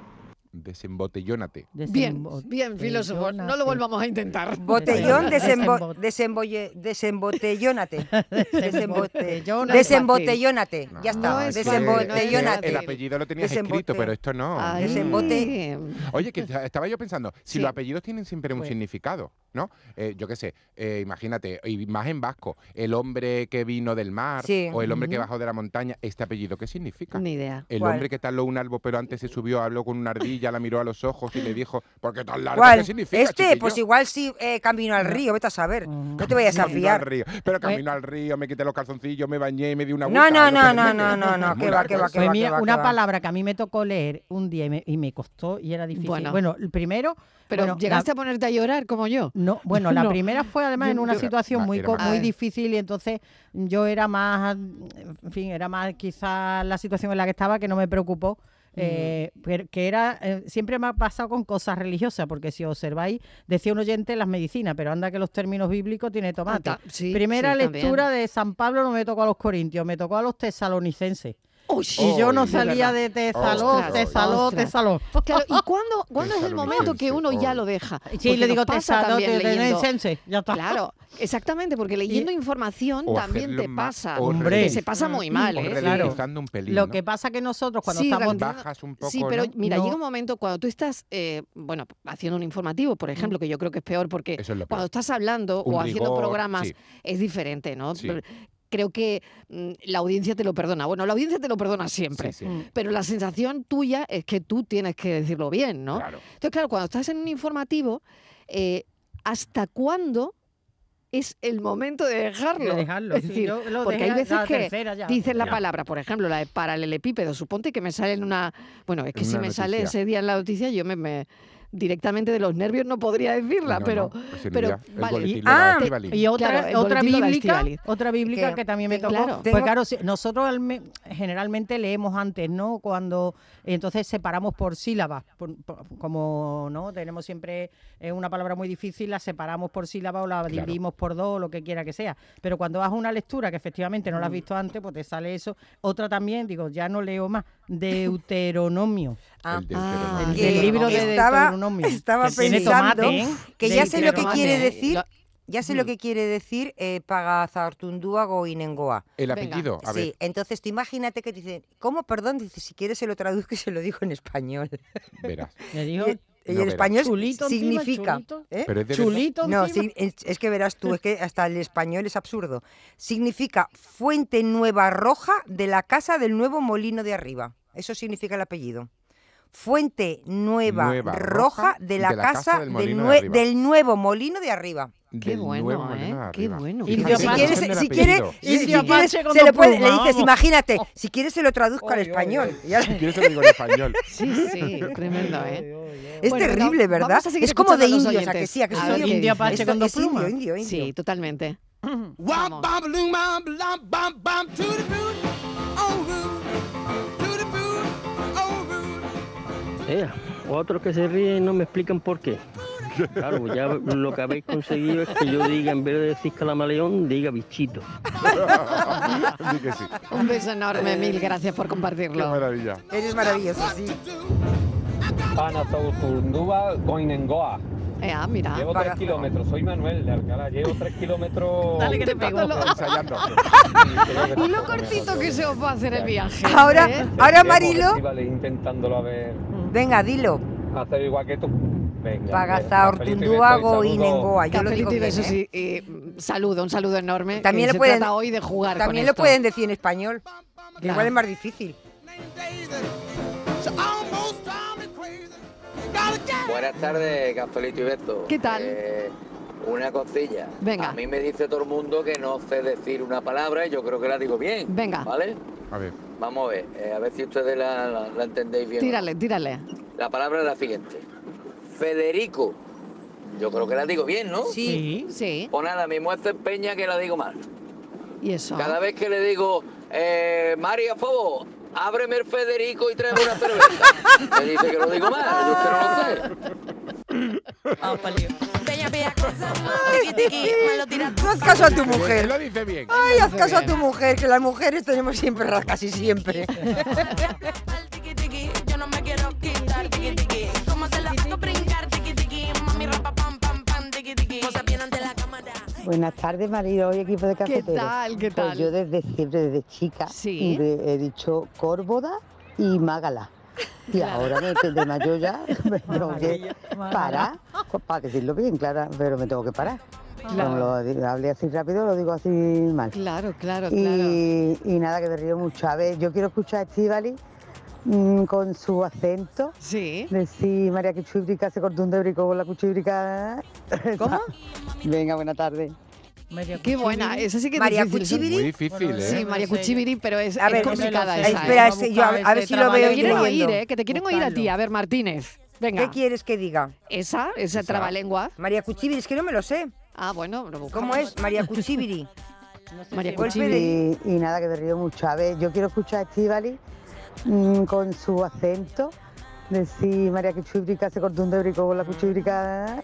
Speaker 3: Desembotellónate.
Speaker 1: Bien, bien, filósofo. No lo volvamos a intentar.
Speaker 5: Botellón, desembo desembolle- desembotellónate. *laughs* Desembote-
Speaker 1: Desembotellónate.
Speaker 5: Desembotellónate. Ya
Speaker 1: No
Speaker 3: Ah,
Speaker 5: está.
Speaker 1: es fácil,
Speaker 5: Desembotellónate.
Speaker 3: El apellido lo tenías escrito,
Speaker 5: Desembote.
Speaker 3: pero esto no.
Speaker 5: Ay.
Speaker 3: Mm.
Speaker 5: Desembote.
Speaker 3: Oye, que estaba yo pensando, si
Speaker 5: Sí. Pues.
Speaker 3: los apellidos tienen siempre un
Speaker 5: Bueno.
Speaker 3: significado, ¿no? Eh, yo qué sé, eh, imagínate, y más en vasco, el hombre que vino del mar
Speaker 5: Sí.
Speaker 3: o el hombre que
Speaker 5: Ujú.
Speaker 3: bajó de la montaña, ¿este apellido qué significa?
Speaker 1: Ni idea.
Speaker 3: El
Speaker 5: ¿Cuál?
Speaker 3: hombre que taló un árbol, pero antes se subió, habló con una ardilla, la miró a los ojos y le dijo, ¿por qué tan largo?
Speaker 5: ¿Cuál?
Speaker 3: ¿Qué significa?
Speaker 5: Este,
Speaker 3: chiquillo?".
Speaker 5: pues igual sí eh, camino al río, vete a saber. Mm. No te vayas a
Speaker 3: Camino al
Speaker 5: fiar.
Speaker 3: río. Pero camino al río, me quité los calzoncillos, me bañé y me di una
Speaker 5: No,
Speaker 3: vuelta.
Speaker 5: no, no,
Speaker 3: te
Speaker 5: no,
Speaker 3: metes.
Speaker 5: no, no, no,
Speaker 3: Es
Speaker 5: que
Speaker 3: muy
Speaker 5: va,
Speaker 3: largo
Speaker 5: que va,
Speaker 3: eso.
Speaker 5: que va,
Speaker 4: Pues mira,
Speaker 5: que
Speaker 4: una
Speaker 5: va.
Speaker 4: palabra que a mí me tocó leer un día y me, y me costó y era difícil.
Speaker 1: Bueno.
Speaker 4: Bueno, el primero.
Speaker 1: Pero
Speaker 4: bueno, la-
Speaker 1: llegaste a ponerte a llorar como yo.
Speaker 4: No, Bueno, la
Speaker 1: *laughs* No.
Speaker 4: primera fue además en
Speaker 1: Yo-
Speaker 4: una
Speaker 1: yo-
Speaker 4: situación
Speaker 1: Ma-
Speaker 4: muy,
Speaker 1: era
Speaker 4: co-
Speaker 1: más-
Speaker 4: muy
Speaker 1: Ah.
Speaker 4: difícil y entonces yo era más, en fin, era más quizás la situación en la que estaba que no me preocupó.
Speaker 1: Mm.
Speaker 4: eh, pero que era eh, siempre me ha pasado con cosas religiosas porque si observáis decía un oyente las medicinas pero anda que los términos bíblicos tiene tomate
Speaker 1: ta- sí,
Speaker 4: primera
Speaker 1: sí, también.
Speaker 4: lectura de San Pablo no me tocó a los corintios me tocó a los tesalonicenses
Speaker 1: Uy,
Speaker 4: y yo no
Speaker 1: es
Speaker 4: salía de
Speaker 1: verdad.
Speaker 4: tesaló
Speaker 1: Ostras,
Speaker 4: tesaló
Speaker 1: ostras.
Speaker 4: tesaló
Speaker 1: *laughs* Claro, ¿y *laughs* cuándo, cuándo es el momento que uno ya lo deja?
Speaker 4: Sí,
Speaker 1: Porque
Speaker 4: le digo
Speaker 1: nos pasa
Speaker 4: tesado,
Speaker 1: también
Speaker 4: te- te-
Speaker 1: leyendo-
Speaker 4: sense, ya está. *laughs*
Speaker 1: Claro, exactamente, porque leyendo información
Speaker 3: o
Speaker 1: también
Speaker 3: hacerlo
Speaker 1: te
Speaker 3: más-
Speaker 1: pasa.
Speaker 3: o
Speaker 1: Que
Speaker 3: ralentizar-
Speaker 1: se pasa muy mal,
Speaker 3: o
Speaker 1: ¿eh?
Speaker 3: ralentizando un pelín,
Speaker 4: Lo
Speaker 3: ¿no?
Speaker 4: que pasa que nosotros cuando
Speaker 1: Sí,
Speaker 4: estamos
Speaker 1: ralentizando-
Speaker 3: Bajas un
Speaker 1: Sí,
Speaker 3: poco,
Speaker 1: pero
Speaker 3: ¿no?
Speaker 1: mira,
Speaker 4: No.
Speaker 1: llega un momento cuando tú estás, eh, bueno, haciendo un informativo, por ejemplo, que yo creo que es peor porque
Speaker 3: Eso es lo peor.
Speaker 1: cuando estás hablando
Speaker 3: Un
Speaker 1: o haciendo
Speaker 3: rigor,
Speaker 1: programas
Speaker 3: sí.
Speaker 1: es diferente, ¿no?
Speaker 3: Sí.
Speaker 1: Pero Creo que mm, la audiencia te lo perdona. Bueno, la audiencia te lo perdona siempre,
Speaker 3: Sí, sí. Mm.
Speaker 1: pero la sensación tuya es que tú tienes que decirlo bien, ¿no?
Speaker 3: Claro.
Speaker 1: Entonces, claro, cuando estás en un informativo, eh, ¿hasta cuándo es el momento de dejarlo?
Speaker 4: De dejarlo,
Speaker 1: Es
Speaker 4: sí,
Speaker 1: decir,
Speaker 4: yo lo
Speaker 1: porque
Speaker 4: dejé
Speaker 1: hay
Speaker 4: a
Speaker 1: veces
Speaker 4: la
Speaker 1: que
Speaker 4: tercera ya.
Speaker 1: dices la
Speaker 4: Ya.
Speaker 1: palabra, por ejemplo, la de paralelepípedo. Suponte que me sale en una. Bueno, es que
Speaker 3: En
Speaker 1: si
Speaker 3: una
Speaker 1: me sale
Speaker 3: noticia.
Speaker 1: ese día en la noticia, yo me. me- directamente de los nervios no podría decirla,
Speaker 3: No,
Speaker 1: pero.
Speaker 3: no, pues en
Speaker 1: pero ah,
Speaker 3: realidad, el boletín lo
Speaker 5: Ah,
Speaker 3: da Estíbaliz.
Speaker 4: y otra,
Speaker 1: Claro, el
Speaker 4: otra
Speaker 1: boletín lo da
Speaker 4: bíblica,
Speaker 1: Estíbaliz.
Speaker 4: otra bíblica
Speaker 1: Que-
Speaker 4: que, también me
Speaker 1: que
Speaker 4: tocó.
Speaker 1: claro.
Speaker 4: Pues
Speaker 1: Tengo-
Speaker 4: claro, si- nosotros al me- generalmente leemos antes, ¿no? Cuando entonces separamos por sílabas, por- por- como no tenemos siempre eh, una palabra muy difícil, la separamos por sílaba o la dividimos por dos, o lo que quiera que sea. Pero cuando vas a una lectura que efectivamente no la has
Speaker 1: Mm.
Speaker 4: visto antes, pues te sale eso. Otra también, digo, ya no leo más, Deuteronomio.
Speaker 5: Ah,
Speaker 4: El
Speaker 5: que
Speaker 4: del libro de
Speaker 5: estaba, *laughs*
Speaker 4: Deuteronomio,
Speaker 5: estaba
Speaker 4: que tiene
Speaker 5: pensando
Speaker 4: tomate, ¿eh?
Speaker 5: que ya sé lo que
Speaker 4: Deuteronomio.
Speaker 5: quiere
Speaker 4: Eh,
Speaker 5: decir. Ya sé lo
Speaker 4: Mm.
Speaker 5: que quiere decir eh, Pagazartundúa Goinengoa.
Speaker 3: El apellido, a ver.
Speaker 5: Sí, entonces tú imagínate que dicen, ¿cómo? Perdón, dice, si quieres se lo traduzco y se lo digo en español.
Speaker 4: *laughs*
Speaker 3: Verás.
Speaker 4: Le
Speaker 5: Y, y
Speaker 4: digo,
Speaker 3: No
Speaker 5: en
Speaker 3: verás.
Speaker 5: español
Speaker 4: Chulito encima,
Speaker 5: significa.
Speaker 4: chulito.
Speaker 5: ¿eh?
Speaker 3: Pero es de verdad. Chulito
Speaker 5: No,
Speaker 4: encima.
Speaker 5: sí, es, es que verás tú, es que hasta el español es absurdo. Significa fuente nueva roja de la casa del nuevo molino de arriba. Eso significa el apellido. Fuente nueva,
Speaker 3: Nueva
Speaker 5: roja,
Speaker 3: roja
Speaker 5: de la casa, del,
Speaker 3: molino de
Speaker 5: nue-
Speaker 3: arriba.
Speaker 5: del nuevo molino de arriba.
Speaker 1: Qué
Speaker 3: Del
Speaker 1: bueno,
Speaker 3: nuevo molino
Speaker 1: ¿eh?
Speaker 3: de
Speaker 1: Qué
Speaker 3: arriba.
Speaker 1: bueno.
Speaker 3: Fíjate,
Speaker 5: si
Speaker 3: la
Speaker 5: quieres,
Speaker 3: pronunciación
Speaker 5: si
Speaker 3: del
Speaker 5: quieres,
Speaker 3: apellido.
Speaker 5: si- si
Speaker 4: Indio
Speaker 5: quieres,
Speaker 4: Apache con
Speaker 5: se le,
Speaker 4: dos
Speaker 5: puede, le
Speaker 4: plumas,
Speaker 5: dices,
Speaker 4: vamos.
Speaker 5: imagínate, si quieres se lo traduzco al
Speaker 4: Oy, oy,
Speaker 5: *laughs* español. Ya-
Speaker 3: Si quieres se lo digo en español.
Speaker 5: *laughs*
Speaker 1: Sí, sí, tremendo, ¿eh?
Speaker 5: Es
Speaker 1: Bueno,
Speaker 5: terrible,
Speaker 1: venga,
Speaker 5: ¿verdad?
Speaker 1: vamos a seguir
Speaker 5: Es como de
Speaker 1: escuchando a los
Speaker 5: indios, ¿a que
Speaker 1: oyentes.
Speaker 5: sí? ¿A que
Speaker 1: A
Speaker 5: sí?
Speaker 1: ver qué
Speaker 4: Indio
Speaker 1: dicen.
Speaker 4: Apache
Speaker 5: Esto
Speaker 4: con dos
Speaker 5: es indio,
Speaker 4: plumas.
Speaker 5: indio, indio.
Speaker 1: Sí, totalmente.
Speaker 12: Wop, bam, balloon, bam, blam, bam, bam, to the boot, oh, boot, to the boot, oh, boot.
Speaker 11: Ea, Eh, otros que se ríen y no me explican por qué. Claro, ya lo que habéis conseguido es que yo diga, en vez de decir calamaleón, diga
Speaker 3: *laughs*
Speaker 11: bichito.
Speaker 3: Di que sí.
Speaker 1: Un beso enorme, mil gracias por compartirlo.
Speaker 3: maravilla.
Speaker 5: Eh, Eres maravilloso, sí.
Speaker 17: Panatautunduba Goinengoa.
Speaker 1: Ea, Eh, ah, mira.
Speaker 17: Llevo tres kilómetros, soy Manuel de Alcalá, llevo tres kilómetros
Speaker 1: Dale, que te pego. *laughs*
Speaker 17: ensayando.
Speaker 1: Y lo cortito que se os va a hacer el viaje.
Speaker 5: Ahora-
Speaker 1: ¿eh?
Speaker 5: ahora, Marilo.
Speaker 17: Vale, intentándolo a ver,
Speaker 5: Venga, dilo.
Speaker 17: hacer igual que tú. Venga.
Speaker 5: Pagazaur,
Speaker 17: venga, feliz
Speaker 5: Tunduago
Speaker 17: beso
Speaker 5: y
Speaker 17: y saludo.
Speaker 5: Nengoa. Yo lo
Speaker 1: Cafelito
Speaker 5: digo
Speaker 1: y
Speaker 5: bien,
Speaker 1: besos
Speaker 5: ¿eh?
Speaker 1: y, y, mm, saludo, un saludo enorme.
Speaker 5: También le
Speaker 1: que se
Speaker 5: pueden-
Speaker 1: trata hoy de jugar con
Speaker 5: También lo
Speaker 1: esto.
Speaker 5: pueden decir en español. que
Speaker 1: Claro.
Speaker 5: Igual es más difícil.
Speaker 18: Buenas tardes, Cafelito y Beto.
Speaker 1: ¿Qué tal?
Speaker 18: Eh, una cosilla.
Speaker 1: Venga.
Speaker 18: A mí me dice todo el mundo que no sé decir una palabra y yo creo que la digo bien.
Speaker 1: Venga.
Speaker 18: ¿Vale?
Speaker 3: A ver.
Speaker 18: Vamos a ver, eh, a ver si ustedes la, la- la entendéis bien.
Speaker 1: Tírale, tírale.
Speaker 18: La palabra es la siguiente. Federico. Yo creo que la digo bien, ¿no?
Speaker 1: Sí. Sí.
Speaker 18: O nada, mi muestra es Peña que la digo mal.
Speaker 1: Y eso.
Speaker 18: Cada vez que le digo, eh, María, por favor, ábreme el Federico y tráeme
Speaker 1: *laughs*
Speaker 18: una cerveza. Me dice que lo digo mal, yo es que no lo sé.
Speaker 1: Ah, pues
Speaker 5: *laughs* No haz caso a tu mujer.
Speaker 3: Lo dice bien.
Speaker 5: Ay, haz
Speaker 3: Lo dice
Speaker 5: caso a
Speaker 3: bien.
Speaker 5: tu mujer, que las mujeres tenemos siempre, ra- casi siempre.
Speaker 19: Yo no me quiero quitar, tiki tiki. Como se la hago brincar, tiki tiki. Mami, rapa, pam, pam, pam, tiki tiki. Cosa bien ante la cámara.
Speaker 20: Buenas tardes, marido y equipo de cafeteros.
Speaker 19: tal? ¿Qué
Speaker 20: Pues
Speaker 19: tal?
Speaker 20: yo desde siempre, desde chica,
Speaker 19: Sí.
Speaker 20: de- he dicho Córboda y Mágala. Y
Speaker 19: Claro.
Speaker 20: ahora me, de mayor ya
Speaker 19: *laughs*
Speaker 20: me tengo que
Speaker 19: Maravilla, Mágala.
Speaker 20: parar, pues, para decirlo bien, claro, pero me tengo que parar.
Speaker 1: Claro.
Speaker 20: Como lo di- hablé así rápido, lo digo así mal.
Speaker 1: Claro, claro,
Speaker 20: Y, y nada, que me río mucho. A ver, yo quiero escuchar a Estivali mm, con su acento.
Speaker 1: Sí.
Speaker 20: Decir María Cuchibrica se cortó un debrico con la cuchibrica. ¿Cómo? *laughs* Venga, buena tarde.
Speaker 1: Qué buena, esa sí que es
Speaker 20: María
Speaker 1: difícil. son-
Speaker 20: Cuchibiri. Muy
Speaker 3: difícil, ¿eh?
Speaker 1: Sí, María Cuchibiri, pero es,
Speaker 5: A
Speaker 1: es
Speaker 5: ver,
Speaker 1: complicada
Speaker 5: me lo
Speaker 1: esa. ¿eh?
Speaker 5: sé. Espera, es- yo a- a ver si lo veo
Speaker 1: Que quieren
Speaker 5: entendiendo.
Speaker 1: oír, ¿eh? Que te quieren oír a ti. A ver, Martínez, *laughs* venga.
Speaker 5: ¿Qué quieres que diga?
Speaker 1: Esa, esa trabalengua.
Speaker 5: María Cuchibiri, es que no me lo sé.
Speaker 1: Ah, bueno, lo
Speaker 5: ¿Cómo
Speaker 1: buscamos.
Speaker 5: es?
Speaker 1: *laughs*
Speaker 5: María Cuchibiri.
Speaker 1: María
Speaker 20: Y, y nada, que me río mucho. A ver, yo quiero escuchar a Estivali mm, con su acento. Decir María Cuchibrica se cortó un debrico con la cuchibrica.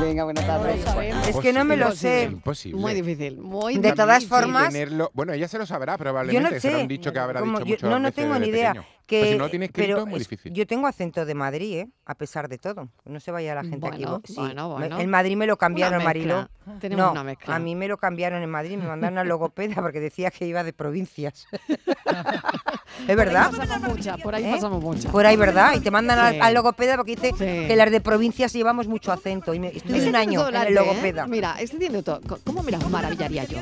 Speaker 20: Venga, buena tarde.
Speaker 5: Es que no me lo sé.
Speaker 3: Imposible.
Speaker 5: Muy
Speaker 1: difícil, muy
Speaker 5: De todas formas,
Speaker 3: Tenerlo- bueno, ella se lo sabrá
Speaker 5: yo
Speaker 3: probablemente.
Speaker 5: no
Speaker 3: Será un
Speaker 5: sé.
Speaker 3: dicho que habrá
Speaker 5: Como
Speaker 3: dicho
Speaker 5: yo-
Speaker 3: mucho
Speaker 5: no, no tengo ni idea. Que,
Speaker 3: Pues si no lo tiene escrito,
Speaker 5: pero
Speaker 3: es muy
Speaker 5: es-
Speaker 3: difícil.
Speaker 5: Yo tengo acento de Madrid, ¿eh? A pesar de todo. No se vaya la gente
Speaker 1: Bueno,
Speaker 5: aquí. Sí,
Speaker 1: bueno,
Speaker 5: me-
Speaker 1: bueno.
Speaker 5: En Madrid me lo cambiaron,
Speaker 1: Una mezcla.
Speaker 5: Marilo.
Speaker 1: Tenemos
Speaker 5: no,
Speaker 1: una mezcla.
Speaker 5: A mí me lo cambiaron en Madrid. Me mandaron a logopeda porque decía que iba de provincias. *laughs* ¿Es verdad?
Speaker 1: Por ahí pasamos mucha, por ahí
Speaker 5: ¿Eh?
Speaker 1: pasamos mucha.
Speaker 5: Por ahí, ¿verdad? Y te mandan al-
Speaker 1: Sí.
Speaker 5: al logopeda porque dice que las de provincias llevamos mucho acento. Y me- estuve
Speaker 1: Este
Speaker 5: un año en
Speaker 1: tiene
Speaker 5: el
Speaker 1: todo arte,
Speaker 5: logopeda.
Speaker 1: ¿eh? Mira, este tiene todo. Co- ¿Cómo me las maravillaría yo?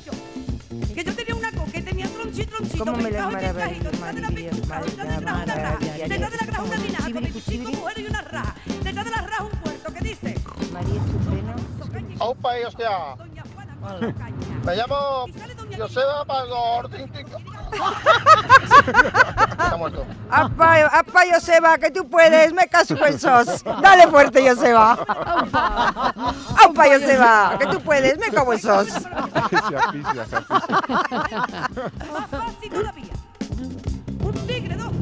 Speaker 19: Que yo tenía una coque, tenía tronchito, tronchito.
Speaker 5: ¿Cómo me las
Speaker 19: pencajito,
Speaker 5: maravillas?
Speaker 19: Detrás de la graja una linaja con 25 mujeres y una raja. Detrás de la raja un puerto. ¿Qué dice?
Speaker 13: ¡Opa y hostia! Me llamo Joseba Pagordíntico. Está muerto.
Speaker 5: ¡Apa, apa, Joseba, que tú puedes! ¡Me caso en sos! ¡Dale fuerte, Joseba! ¡Apa, Joseba, que tú puedes! ¡Me cago en sos!
Speaker 3: se asfixia, se asfixia.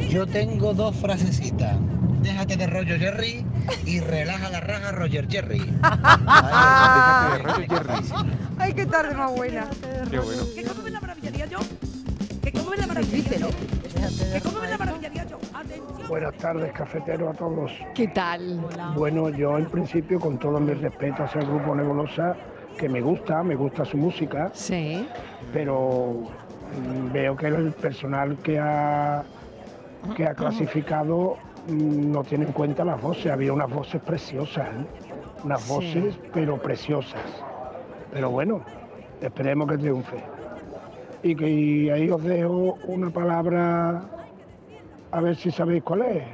Speaker 21: Yo tengo dos frasecitas. Déjate de rollo Jerry y relaja la raja Roger Jerry.
Speaker 5: Ay,
Speaker 21: Ah, Déjate de rollo Jerry.
Speaker 5: ¡Ay, qué tarde más buena!
Speaker 21: Qué bueno.
Speaker 19: ¿Qué cómo me la maravillaría yo? ¿Qué cómo me la maravillaría yo? ¿Qué cómo me la maravillaría yo? Atención.
Speaker 16: Buenas tardes, cafetero a todos.
Speaker 1: ¿Qué tal?
Speaker 16: Bueno, yo en principio, con todo mi respeto hacia el grupo Nebulosa, que me gusta, me gusta su música.
Speaker 1: Sí.
Speaker 16: Pero mm, veo que el personal que ha, que ha clasificado mm, no tiene en cuenta las voces. Había unas voces preciosas, ¿eh? unas
Speaker 22: Sí.
Speaker 16: voces, pero preciosas. Pero bueno, esperemos que triunfe. Y que y ahí os dejo una palabra, a ver si sabéis cuál es.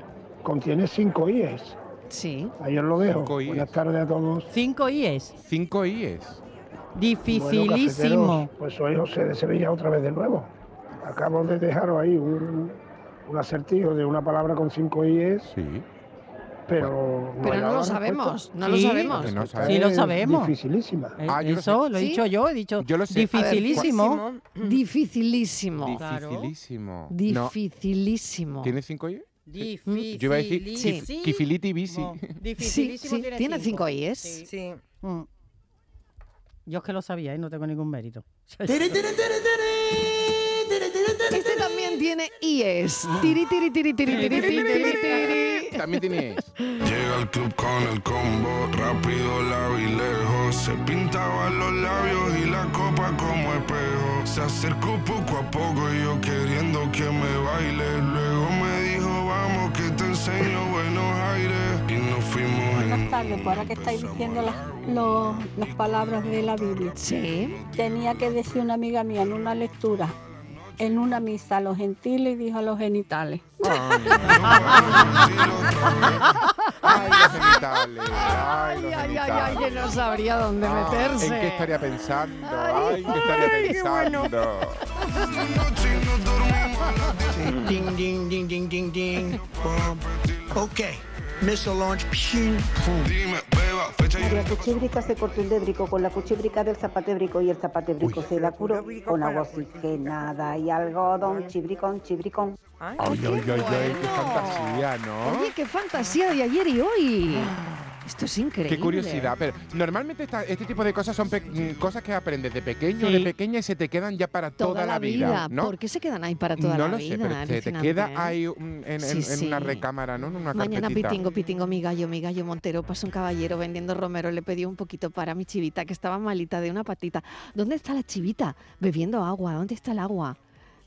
Speaker 16: Contiene cinco IES.
Speaker 1: Sí.
Speaker 16: Ahí os lo dejo.
Speaker 3: Cinco IES.
Speaker 16: Buenas tardes a todos.
Speaker 4: Cinco IES.
Speaker 3: Cinco IES.
Speaker 16: Bueno, cafeteros, pues soy José de Sevilla otra vez de nuevo. Acabo de dejaros ahí un, un acertijo de una palabra con cinco IES.
Speaker 3: Sí.
Speaker 16: Pero no,
Speaker 1: Pero
Speaker 16: he
Speaker 1: no
Speaker 16: dado
Speaker 1: lo
Speaker 16: la
Speaker 1: sabemos,
Speaker 16: respuesta.
Speaker 1: no lo Sí, sabemos. que no
Speaker 4: Sí, lo
Speaker 16: Es
Speaker 4: sabemos.
Speaker 16: Dificilísima.
Speaker 4: Eh, eso lo he dicho yo, he dicho dificilísimo.
Speaker 5: Oh.
Speaker 1: Dificilísimo.
Speaker 3: Dificilísimo. No.
Speaker 1: Dificilísimo.
Speaker 3: ¿Tiene cinco I? Yo iba a decir
Speaker 1: Sí.
Speaker 3: kif- kifiliti bici.
Speaker 4: Dificilísimo
Speaker 1: Sí, sí,
Speaker 4: tiene
Speaker 1: tiene
Speaker 4: cinco.
Speaker 1: cinco Is.
Speaker 5: Sí.
Speaker 4: *laughs* Mm. Yo es que lo sabía y no tengo ningún mérito.
Speaker 1: Este también tiene IES. Tiri, tiri, tiri, tiri, tiri, tiri, tiri, tiri.
Speaker 3: También tiene IES.
Speaker 2: Llega al club con el combo, rápido la vi lejos. Se pintaban los labios y la copa como espejo. Se acercó poco a poco y yo queriendo que me baile. Luego me dijo, vamos que te enseño buenos aires. Y nos fuimos en
Speaker 22: Buenas tardes, pues ahora que estáis diciendo las, lo- las palabras de la Biblia. Tenía que decir una amiga mía en una lectura, en una misa, a los gentiles y dijo a los genitales.
Speaker 12: 아,
Speaker 3: Ay, los genitales. Ay, los
Speaker 1: Ay, ay, ay,
Speaker 3: genitales.
Speaker 1: que no sabría dónde
Speaker 3: Ah,
Speaker 1: meterse.
Speaker 3: ¿En qué estaría pensando? Ay, ¿en qué estaría
Speaker 1: ay, qué bueno.
Speaker 3: pensando?
Speaker 6: ding, ding, ding, ding, ding, ding. Bum. Okay, missile launch. Pshin, boom.
Speaker 23: La cuchíbrica se cortó el débrico con la cuchíbrica del zapatébrico y el zapatébrico se la curó con agua oxigenada y algodón, chibricón, chibricón.
Speaker 3: Ay, ay, ay, ay, qué fantasía, ¿no?
Speaker 1: Oye, qué fantasía de ayer y hoy. Esto es increíble.
Speaker 3: Qué curiosidad, pero normalmente esta- este tipo de cosas son pe- mm, cosas que aprendes de pequeño, de pequeña y se te quedan ya para toda,
Speaker 1: Toda la vida.
Speaker 3: ¿no?
Speaker 1: ¿Por qué se quedan ahí para toda
Speaker 3: no
Speaker 1: la
Speaker 3: lo
Speaker 1: vida?
Speaker 3: sé, pero se te
Speaker 1: Alucinante,
Speaker 3: queda
Speaker 1: ¿eh?
Speaker 3: ahí mm, en,
Speaker 1: Sí,
Speaker 3: en- en
Speaker 1: sí.
Speaker 3: una recámara, ¿no? En una
Speaker 1: Mañana
Speaker 3: carpetita.
Speaker 1: pitingo, pitingo, mi gallo, mi gallo Montero pasa un caballero vendiendo romero. Le pedí un poquito para mi chivita que estaba malita de una patita. ¿Dónde está la chivita? Bebiendo agua. ¿Dónde está el agua?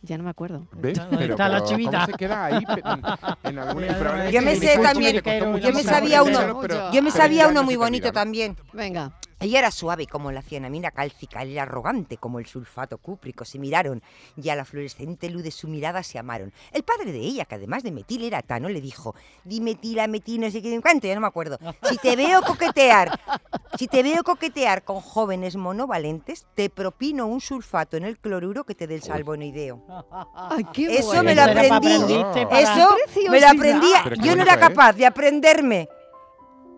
Speaker 1: Ya no me acuerdo.
Speaker 3: ¿Ves?
Speaker 4: ¿Dónde
Speaker 3: Pero-
Speaker 4: está la
Speaker 3: pero
Speaker 4: chivita?
Speaker 3: ¿Cómo se
Speaker 1: *laughs*
Speaker 3: queda ahí? Pe- En alguna,
Speaker 4: Yo
Speaker 3: probablemente
Speaker 5: Yo me
Speaker 3: en
Speaker 5: sé
Speaker 3: el
Speaker 5: también,
Speaker 3: coche le costó
Speaker 5: yo me
Speaker 3: muchísimo
Speaker 5: sabía
Speaker 3: aprenderlo,
Speaker 5: uno,
Speaker 3: pero-
Speaker 5: yo me
Speaker 3: pero
Speaker 5: sabía
Speaker 3: ya
Speaker 5: uno
Speaker 3: no
Speaker 5: muy
Speaker 3: se te
Speaker 5: bonito
Speaker 3: olvida, ¿no?
Speaker 5: también.
Speaker 1: Venga.
Speaker 5: Ella era suave como la cianamina cálcica, él arrogante como el sulfato cúprico. Se miraron y a la fluorescente luz de su mirada se amaron. El padre de ella, que además de metil era Tano, le dijo, dimetila, metil, no sé qué, cuánto, ya no me acuerdo. Si te veo coquetear, si te veo coquetear con jóvenes monovalentes, te propino un sulfato en el cloruro que te dé el salbonoideo.
Speaker 1: Ay, qué
Speaker 5: Eso
Speaker 1: bueno.
Speaker 5: me lo aprendí. Eso me lo
Speaker 1: Preciosidad.
Speaker 5: aprendí.
Speaker 3: Pero qué
Speaker 5: Yo no
Speaker 3: bonito,
Speaker 5: era
Speaker 3: ¿eh?
Speaker 5: capaz de aprenderme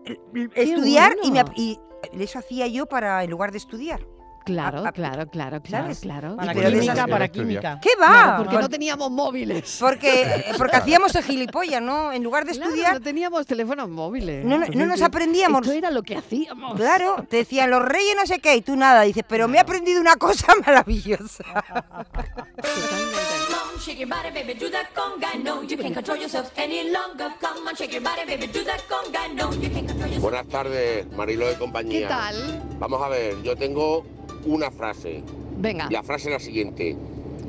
Speaker 5: l- l- estudiar y, me
Speaker 1: bueno.
Speaker 5: ap- y eso hacía yo para en lugar de estudiar.
Speaker 1: Claro,
Speaker 5: A- a-
Speaker 1: claro, claro, claro,
Speaker 5: ¿sabes?
Speaker 1: claro.
Speaker 5: Para Y pero de química, esas-
Speaker 3: para química.
Speaker 5: ¿Qué va?
Speaker 1: Claro, porque
Speaker 5: Por-
Speaker 1: no teníamos móviles.
Speaker 5: *laughs* Porque,
Speaker 1: *laughs*
Speaker 5: eh, porque hacíamos el gilipollas, ¿no? En lugar de
Speaker 1: Claro,
Speaker 5: estudiar,
Speaker 1: no teníamos teléfonos móviles. Pues
Speaker 5: no, no- no nos aprendíamos.
Speaker 1: Esto era lo que hacíamos.
Speaker 5: Claro, te decían los reyes no sé qué y tú nada. Dices, pero me he aprendido una cosa *laughs* maravillosa.
Speaker 8: Come on, shake your body, baby, do that conga. No, you can't control yourself any longer. Come on, shake your body, baby, do that conga. No, you can't control yourself.
Speaker 24: Buenas tardes, Marilo de compañía.
Speaker 1: ¿Qué tal?
Speaker 24: Vamos a ver, yo tengo una frase.
Speaker 1: Venga.
Speaker 24: La frase es la siguiente.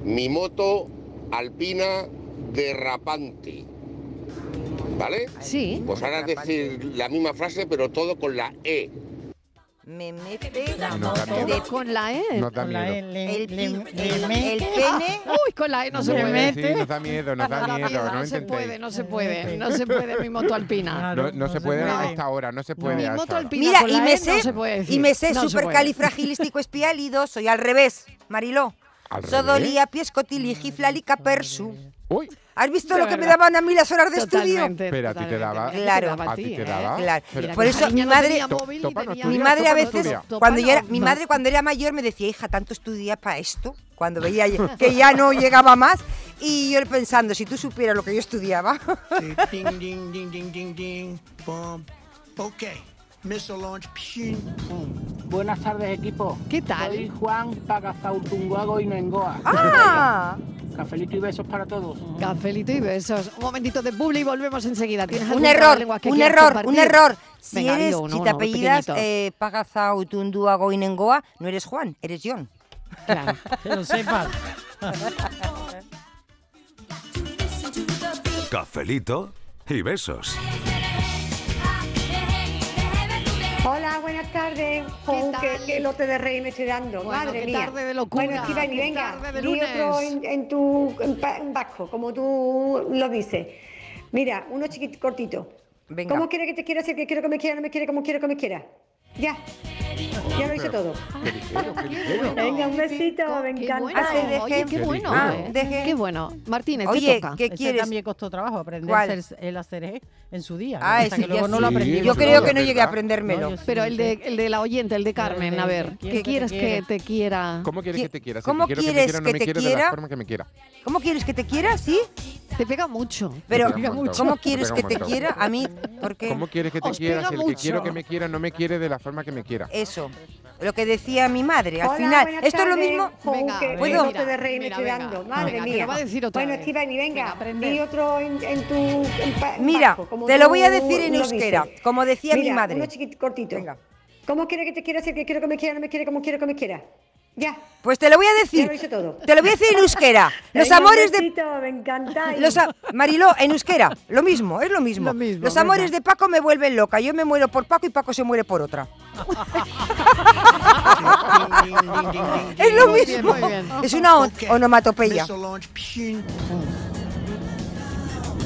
Speaker 24: Mi moto alpina derrapante. ¿Vale?
Speaker 1: Sí.
Speaker 24: Pues ahora es decir la misma frase, pero todo con la E.
Speaker 5: Me mete la
Speaker 24: Nos da
Speaker 5: moto
Speaker 24: miedo.
Speaker 5: de
Speaker 1: Con la E.
Speaker 24: Nos da
Speaker 4: Con la
Speaker 24: miedo.
Speaker 4: L, le-
Speaker 5: El
Speaker 4: le-
Speaker 5: pi-
Speaker 4: le-
Speaker 5: el-
Speaker 4: me-
Speaker 5: el pene.
Speaker 1: Uy, con la E no se
Speaker 3: Sí,
Speaker 1: puede.
Speaker 3: sí, nos da miedo, nos
Speaker 1: *laughs*
Speaker 3: da
Speaker 1: No,
Speaker 3: miedo.
Speaker 1: miedo,
Speaker 3: no
Speaker 1: no se
Speaker 3: intentéis.
Speaker 1: puede, no se puede. No se puede mi moto alpina.
Speaker 3: No, no se puede a esta hora, no se puede
Speaker 1: Mi
Speaker 3: a
Speaker 1: moto
Speaker 3: esta hora.
Speaker 1: alpina
Speaker 5: Mira,
Speaker 1: con
Speaker 5: y
Speaker 1: la
Speaker 5: me
Speaker 1: E no
Speaker 5: sé,
Speaker 1: se puede decir.
Speaker 5: y me sé
Speaker 1: No se puede.
Speaker 5: supercalifragilístico espialido, soy al revés, Mariló.
Speaker 1: ¿Al
Speaker 5: Sodolía, piescotiligiflálica, persu.
Speaker 3: Uy.
Speaker 5: ¿has visto
Speaker 1: De
Speaker 5: lo que me
Speaker 1: verdad.
Speaker 5: daban a mí las horas de
Speaker 1: Totalmente,
Speaker 5: estudio?
Speaker 3: Pero a ti te daba.
Speaker 5: Claro.
Speaker 3: A ti te
Speaker 5: ¿eh?
Speaker 3: daba.
Speaker 5: Claro.
Speaker 3: Pero-
Speaker 5: Por eso mi madre,
Speaker 3: To- Topa no
Speaker 5: mi
Speaker 3: estudia,
Speaker 5: madre
Speaker 3: Topa
Speaker 5: a
Speaker 3: no
Speaker 5: veces,
Speaker 3: estudia.
Speaker 5: cuando yo era,
Speaker 1: no.
Speaker 5: mi madre cuando era mayor me decía, hija, tanto estudias para esto, cuando veía que ya no llegaba más, y yo pensando, si tú supieras lo que yo estudiaba.
Speaker 6: ding, ding, ding, ding, ding, ding. Bum. Okay, missile launch. Pshin, boom.
Speaker 14: Buenas tardes, equipo.
Speaker 1: ¿Qué tal?
Speaker 14: Soy Juan Pagazaurtunguago y Noengoa.
Speaker 1: ¡Ah!
Speaker 14: Cafelito y besos para todos.
Speaker 1: Cafelito y besos. Un momentito de publi y volvemos enseguida. ¿Tienes
Speaker 5: un
Speaker 1: algún
Speaker 5: error,
Speaker 1: trabalenguas que
Speaker 5: un
Speaker 1: quieras
Speaker 5: error, un
Speaker 1: compartir?
Speaker 5: error. Si
Speaker 1: Venga,
Speaker 5: eres,
Speaker 1: dilo, uno,
Speaker 5: si te
Speaker 1: uno,
Speaker 5: apellidas
Speaker 1: pequeñito.
Speaker 5: eh, Pagazau, Tundúa, Goinengoa, no eres Juan, eres John.
Speaker 1: Claro.
Speaker 4: *laughs* Que lo sepas.
Speaker 15: Cafelito y besos.
Speaker 25: Hola, buenas tardes. Jo, ¿Qué, qué lote de rey me estoy dando.
Speaker 1: *laughs* Bueno,
Speaker 25: Madre
Speaker 1: qué
Speaker 25: mía.
Speaker 1: tarde de locura,
Speaker 25: Bueno, Estivali,
Speaker 1: qué
Speaker 25: venga.
Speaker 1: tarde de
Speaker 25: di otro
Speaker 1: lunes.
Speaker 25: en, en tu en, pa- en vasco, como tú lo dices. Mira, uno chiquito cortito.
Speaker 5: Venga.
Speaker 25: ¿Cómo quiere que te quiera? Si que quiero que me quiera, no me quiere, como quiero que me quiera. Ya. *laughs* Ya lo hice todo.
Speaker 1: Venga, un besito, me
Speaker 25: encanta. Así de
Speaker 1: Oye, qué
Speaker 25: ejemplo.
Speaker 1: bueno,
Speaker 25: Ah,
Speaker 1: eh.
Speaker 25: de ejemplo.
Speaker 1: qué bueno. Martínez,
Speaker 5: Oye,
Speaker 1: te toca.
Speaker 5: ¿qué
Speaker 4: Ese
Speaker 5: quieres?
Speaker 4: también costó trabajo aprender
Speaker 5: ¿Cuál?
Speaker 4: el, el hacer en su día.
Speaker 5: Ah,
Speaker 4: ¿no? Hasta
Speaker 5: ese
Speaker 4: que luego
Speaker 5: ya
Speaker 4: no
Speaker 5: sí.
Speaker 4: lo aprendí.
Speaker 5: Yo creo que no llegué a aprendérmelo.
Speaker 1: Pero el de, el de la oyente, el de Carmen, a ver,
Speaker 5: quiero que
Speaker 1: ¿qué
Speaker 5: te
Speaker 1: quieres que
Speaker 5: quiera.
Speaker 1: te quiera?
Speaker 3: ¿Cómo quieres que te quiera? Si
Speaker 5: ¿Cómo
Speaker 3: quiero
Speaker 5: quieres
Speaker 3: que me
Speaker 5: que
Speaker 3: quiera, o no me
Speaker 5: te
Speaker 3: quiera, de
Speaker 5: quiera?
Speaker 3: la forma que me quiera.
Speaker 5: ¿Cómo quieres que te quiera? ¿Sí?
Speaker 1: Te pega mucho.
Speaker 5: Pero,
Speaker 3: Te pega un montón,
Speaker 5: ¿cómo
Speaker 3: te
Speaker 5: quieres
Speaker 3: pega
Speaker 5: que
Speaker 3: un
Speaker 5: te
Speaker 3: montón.
Speaker 5: quiera? A mí, porque...
Speaker 3: ¿Cómo quieres que te
Speaker 5: Os
Speaker 3: quiera?
Speaker 5: pega
Speaker 3: Si el que quiero
Speaker 5: mucho.
Speaker 3: que me quiera no me quiere de la forma que me quiera.
Speaker 5: Eso. Lo que decía mi madre. Al
Speaker 25: Hola,
Speaker 5: final,
Speaker 25: buenas
Speaker 5: esto es lo
Speaker 25: tardes.
Speaker 5: mismo.
Speaker 25: Jo, que
Speaker 5: ¿Puedo?
Speaker 25: bote de rey me estoy dando. Madre
Speaker 5: Venga, que
Speaker 25: mía.
Speaker 5: lo va a decir otra
Speaker 25: bueno,
Speaker 5: vez.
Speaker 25: Estivani, venga. di otro en, en tu. en pa- en
Speaker 5: Mira,
Speaker 25: vasco, como
Speaker 5: te lo
Speaker 25: tú
Speaker 5: voy a decir en
Speaker 25: lo
Speaker 5: euskera,
Speaker 25: dices.
Speaker 5: como decía mi
Speaker 25: Mira,
Speaker 5: madre.
Speaker 25: Uno chiquito, cortito. Venga. ¿Cómo quiere que te quiera? Si que quiero que me quiera, no me quiere, como quiero que me quiera. Ya.
Speaker 5: Pues te lo voy a
Speaker 25: Ya
Speaker 5: decir.
Speaker 25: lo hice todo.
Speaker 5: Te lo voy a decir en
Speaker 25: *laughs*
Speaker 5: euskera. Los
Speaker 25: Venga, un
Speaker 5: amores de
Speaker 25: besito, Me encanta.
Speaker 5: Los a- Mariló, en euskera, lo mismo, es lo mismo. Los amores de Paco me vuelven loca. Yo me muero por Paco y Paco se muere por otra.
Speaker 6: *laughs*
Speaker 5: es lo
Speaker 6: Muy Ah. bien,
Speaker 5: mismo.
Speaker 6: muy bien.
Speaker 5: Es una on- onomatopeya.
Speaker 6: Miss Solange, pshin.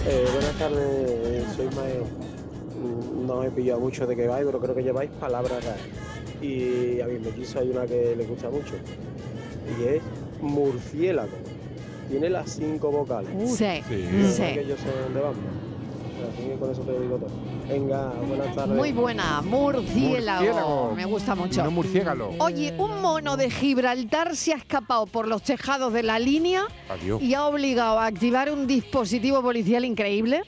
Speaker 7: Eh, buenas tardes, soy Mae. Mm, No he pillado mucho de que vais, pero creo que lleváis palabras raras. Y a mí me quiso hay una que le gusta mucho. Y es murciélago. Tiene las cinco vocales.
Speaker 1: Sí, Sí.
Speaker 7: Menos
Speaker 1: sí.
Speaker 7: mal que yo sé dónde vamos. Así que con eso te digo todo. Venga, buenas tardes.
Speaker 1: Muy buena, murciélago.
Speaker 7: Murciélago.
Speaker 1: Me gusta mucho.
Speaker 7: No murciégalo.
Speaker 1: Oye, un mono de Gibraltar se ha escapado por los tejados de la línea
Speaker 3: Adiós.
Speaker 1: y ha obligado a activar un dispositivo policial increíble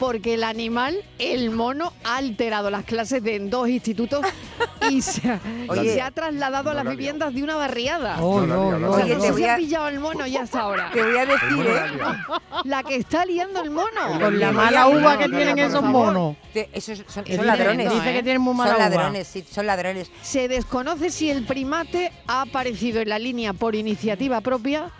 Speaker 1: porque el animal, el mono, ha alterado las clases de, en dos institutos
Speaker 5: *laughs*
Speaker 1: y se, ha- y
Speaker 5: Oye.
Speaker 1: se ha trasladado a
Speaker 5: No
Speaker 1: las
Speaker 5: la ha
Speaker 1: viviendas de una barriada.
Speaker 5: Oh, No la ha liado, no la ha
Speaker 1: O sea,
Speaker 5: liado.
Speaker 1: no
Speaker 5: Oye, te
Speaker 1: se
Speaker 5: voy
Speaker 1: ha
Speaker 5: a-
Speaker 1: pillado el mono ya hasta ahora.
Speaker 5: Te voy a decir,
Speaker 1: la,
Speaker 5: ¿eh?
Speaker 1: que está liando el mono.
Speaker 4: Con la mala uva que
Speaker 1: No, no,
Speaker 4: tienen
Speaker 1: no, por
Speaker 4: esos
Speaker 1: favor.
Speaker 4: monos.
Speaker 5: Te- esos son,
Speaker 4: Es
Speaker 5: son
Speaker 4: tremendo,
Speaker 5: ladrones.
Speaker 4: Dice que tienen muy mala
Speaker 5: Son
Speaker 4: uva.
Speaker 5: ladrones, sí, son ladrones.
Speaker 1: Se desconoce si el primate ha aparecido en la línea por iniciativa propia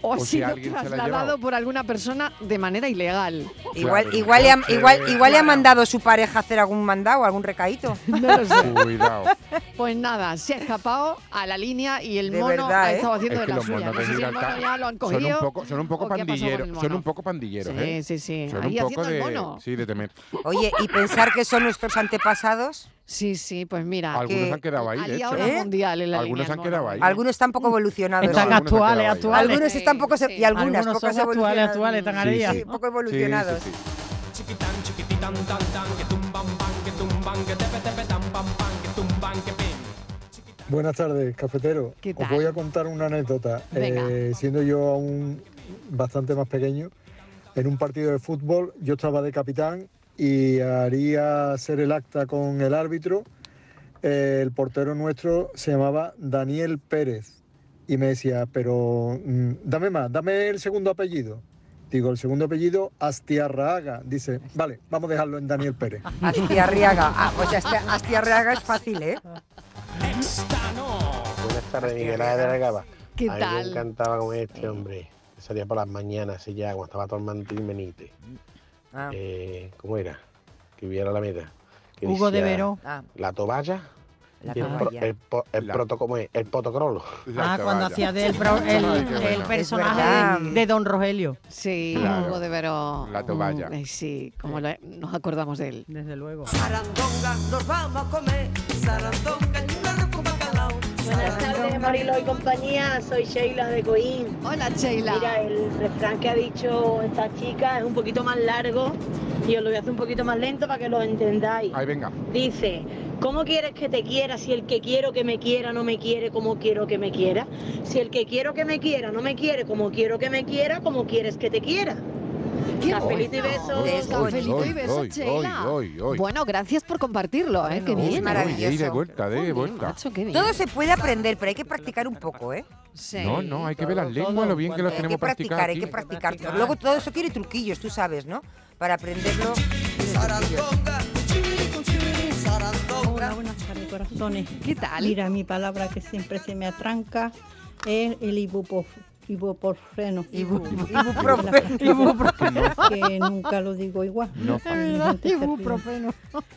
Speaker 1: o,
Speaker 5: O
Speaker 1: ha
Speaker 5: si
Speaker 1: sido
Speaker 5: alguien se la ha
Speaker 1: trasladado
Speaker 5: llevado.
Speaker 1: por alguna persona de manera ilegal.
Speaker 5: Igual, igual, le ha, igual, igual le ha mandado su pareja a hacer algún mandado, algún recaíto.
Speaker 1: *laughs* No lo sé.
Speaker 3: Cuidado.
Speaker 1: *laughs* Pues nada, se ha escapado a la línea y el
Speaker 5: De
Speaker 1: mono
Speaker 5: verdad,
Speaker 1: ha
Speaker 5: ¿eh?
Speaker 1: estado haciendo
Speaker 3: Es
Speaker 1: de
Speaker 3: que
Speaker 1: la
Speaker 3: los
Speaker 1: suya.
Speaker 3: monos
Speaker 1: No
Speaker 3: de
Speaker 1: sé si el mono ya lo
Speaker 3: Gibraltar
Speaker 1: han
Speaker 3: son
Speaker 1: cogido.
Speaker 3: un poco, son un poco
Speaker 1: o qué ha pasado con el
Speaker 3: pandilleros, son
Speaker 1: mono.
Speaker 3: un poco pandilleros,
Speaker 1: Sí,
Speaker 3: ¿eh?
Speaker 1: sí, sí.
Speaker 3: Son
Speaker 1: Ahí
Speaker 3: un poco
Speaker 1: haciendo el
Speaker 3: de,
Speaker 1: mono.
Speaker 3: sí, de temer.
Speaker 5: Oye, y pensar que son nuestros antepasados.
Speaker 1: Sí, sí, pues mira.
Speaker 3: Algunos han quedado ahí, de hecho.
Speaker 5: ¿Eh?
Speaker 1: mundial en la
Speaker 3: Algunos
Speaker 1: línea
Speaker 3: han quedado ahí.
Speaker 5: Algunos están poco evolucionados.
Speaker 4: Están
Speaker 5: ¿no?
Speaker 4: actuales, actuales.
Speaker 5: Algunos están poco y algunas
Speaker 4: Algunos
Speaker 5: pocas
Speaker 4: son actuales,
Speaker 5: evolucionadas.
Speaker 4: actuales, están al
Speaker 5: Sí,
Speaker 4: día.
Speaker 5: sí, poco evolucionados.
Speaker 9: Buenas tardes, cafetero.
Speaker 1: ¿Qué
Speaker 9: Os
Speaker 1: tal?
Speaker 9: voy a contar una anécdota.
Speaker 1: Venga.
Speaker 9: Eh, siendo yo aún bastante más pequeño, en un partido de fútbol yo estaba de capitán y haría hacer el acta con el árbitro. Eh, el portero nuestro se llamaba Daniel Pérez y me decía, pero mm, dame más, dame el segundo apellido. Digo, el segundo apellido, Astiarraga. Dice, vale, vamos a dejarlo en Daniel
Speaker 1: *laughs*
Speaker 9: Pérez.
Speaker 5: Astiarriaga. Ah, pues
Speaker 20: este
Speaker 5: hasta- Astiarriaga es fácil, ¿eh?
Speaker 7: Buenas tardes, Miguel Ángel de la Gaba.
Speaker 5: ¿Qué
Speaker 7: a mí
Speaker 5: tal?
Speaker 7: me encantaba con este hombre. que Salía por las mañanas y ya, cuando estaba todo el mantil menite.
Speaker 4: Ah.
Speaker 7: Eh, ¿Cómo era? Que hubiera la meta. Que
Speaker 4: Hugo de
Speaker 7: decía,
Speaker 4: Vero.
Speaker 5: Ah.
Speaker 7: La toalla.
Speaker 4: La
Speaker 7: y el, pro-
Speaker 4: Toballa.
Speaker 7: el, po- el proto, ¿cómo es? El protocolo.
Speaker 4: Ah, cuando hacía del
Speaker 3: *laughs*
Speaker 4: pro- el, el personaje de, de Don Rogelio.
Speaker 1: Sí,
Speaker 7: Claro.
Speaker 1: Hugo de Vero.
Speaker 7: La Toballa.
Speaker 1: Mm, eh, sí, como la- nos acordamos de él.
Speaker 4: Desde luego.
Speaker 19: Sarandonga, nos vamos a comer. Sarandonga, y un arroz con bacalao.
Speaker 10: Buenas tardes, Marilo y compañía. Soy Sheila de Coín.
Speaker 1: Hola, Sheila.
Speaker 10: Mira, el refrán que ha dicho esta chica es un poquito más largo y os lo voy a hacer un poquito más lento para que lo entendáis.
Speaker 3: Ahí venga.
Speaker 10: Dice, ¿cómo quieres que te quiera si el que quiero que me quiera no me quiere como quiero que me quiera? Si el que quiero que me quiera no me quiere como quiero que me quiera, ¿cómo quieres que te quiera? Cafelito y besos.
Speaker 1: Cafelito
Speaker 3: Hoy,
Speaker 1: y besos,
Speaker 3: hoy,
Speaker 1: Sheila.
Speaker 3: hoy, hoy.
Speaker 1: Bueno, gracias por compartirlo, ¿eh? Qué
Speaker 3: Uy,
Speaker 1: bien.
Speaker 3: uy, y de vuelta, de vuelta.
Speaker 5: Todo se puede aprender, pero hay que practicar un poco, ¿eh?
Speaker 3: No, no, hay que ver las lenguas, lo bien que las
Speaker 5: Hay
Speaker 3: tenemos
Speaker 5: que practicar,
Speaker 3: practicadas.
Speaker 5: hay que
Speaker 3: aquí.
Speaker 5: practicar. Luego todo eso quiere truquillos, tú sabes, ¿no? Para aprenderlo.
Speaker 19: Sarandonga, chiri con chiri, sarandonga.
Speaker 22: corazones.
Speaker 1: ¿Qué tal?
Speaker 22: Mira, mi palabra que siempre se me atranca es el ibupof, ibuprofeno.
Speaker 19: ibuprofeno.
Speaker 22: que nunca lo digo igual.
Speaker 3: No.
Speaker 22: Mi gente se ríe.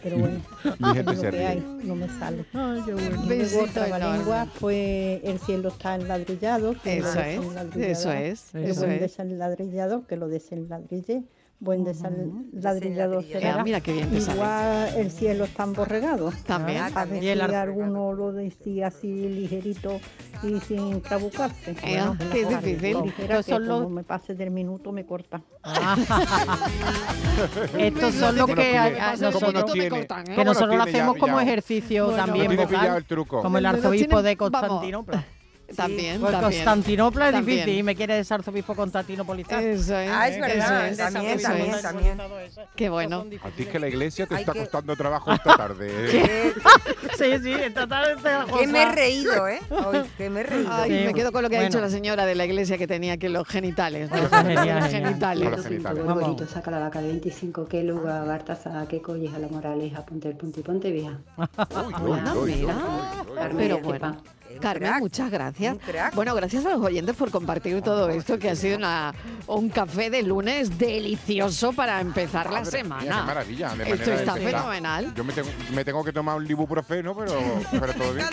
Speaker 22: Pero bueno,
Speaker 3: Mi
Speaker 22: es
Speaker 3: gente
Speaker 22: lo
Speaker 3: se
Speaker 22: que hay,
Speaker 3: ríe.
Speaker 22: no me sale.
Speaker 1: bueno.
Speaker 22: Y luego
Speaker 1: Besito
Speaker 22: trabalengua, pues el cielo está enladrillado. que lo
Speaker 1: Eso es,
Speaker 22: desenladrillará.
Speaker 1: eso es,
Speaker 22: El
Speaker 1: eso
Speaker 22: buen
Speaker 1: es.
Speaker 22: desenladrillador que lo desenladrille. buen desal- ladrillador será.
Speaker 1: Ah, mira qué bien te sale. Ah,
Speaker 22: Igual el cielo está emborregado. Ah,
Speaker 1: También.
Speaker 22: A ver
Speaker 1: Y el
Speaker 22: si
Speaker 1: ar-
Speaker 22: alguno lo decía así ligerito y sin trabucarse.
Speaker 1: Eh, ah, qué difícil. Ah.
Speaker 22: Ligera,
Speaker 1: Estos
Speaker 22: que
Speaker 1: son los-
Speaker 22: como me pase del minuto me corta. *laughs*
Speaker 4: Estos son los que a- a- nosotros,
Speaker 1: ¿eh?
Speaker 4: que nosotros lo hacemos como ejercicio también vocal, como el arzobispo de Constantinopla.
Speaker 1: También,
Speaker 4: Pues
Speaker 1: también.
Speaker 4: Constantinopla es
Speaker 1: También.
Speaker 4: difícil y me quiere desarzobispo constantinopolitano.
Speaker 1: Eso es,
Speaker 5: Ah, es verdad, también, también, también.
Speaker 1: Qué bueno.
Speaker 3: A ti es que la iglesia te
Speaker 5: Hay
Speaker 3: está
Speaker 5: que-
Speaker 3: costando trabajo esta tarde. ¿eh?
Speaker 4: sí, sí, esta tarde te la
Speaker 5: Que me he
Speaker 4: goza.
Speaker 5: reído, ¿eh? Hoy, que me he reído.
Speaker 1: Ay, me quedo con lo que ha
Speaker 5: Bueno.
Speaker 1: dicho la señora de la iglesia que tenía que los genitales. ¿no?
Speaker 4: genial,
Speaker 1: Los
Speaker 4: genial.
Speaker 1: genitales.
Speaker 4: Los genitales.
Speaker 12: Cinturón bonito, saca la vaca de 25, qué luga, bartaza, qué colleja, la moraleja, ponte el punto y ponte
Speaker 1: *laughs*
Speaker 12: vieja.
Speaker 1: Bueno, Ah, mira, pero bueno. Carmen, muchas gracias. Bueno, gracias a los oyentes por compartir todo esto, que ha sido una- un café de lunes delicioso para empezar la
Speaker 3: Madre mía,
Speaker 1: semana.
Speaker 3: qué maravilla. de
Speaker 1: esto
Speaker 3: manera de
Speaker 1: está
Speaker 3: empezar.
Speaker 1: fenomenal.
Speaker 3: Yo me tengo, me tengo que tomar un ibuprofeno, pero, pero todo bien.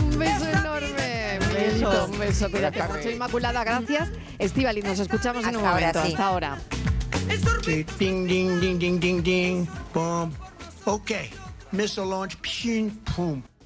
Speaker 1: Un beso enorme. Miguelito, Un beso. Cuídate
Speaker 3: tardes.
Speaker 1: mucho, Inmaculada. Gracias. Estivali, nos escuchamos en un
Speaker 6: ahora,
Speaker 1: momento.
Speaker 6: sí.
Speaker 1: Hasta ahora.
Speaker 6: Ding, ding, ding, ding, ding, ding. Boom. Okay. Missile launch. Pshing, boom.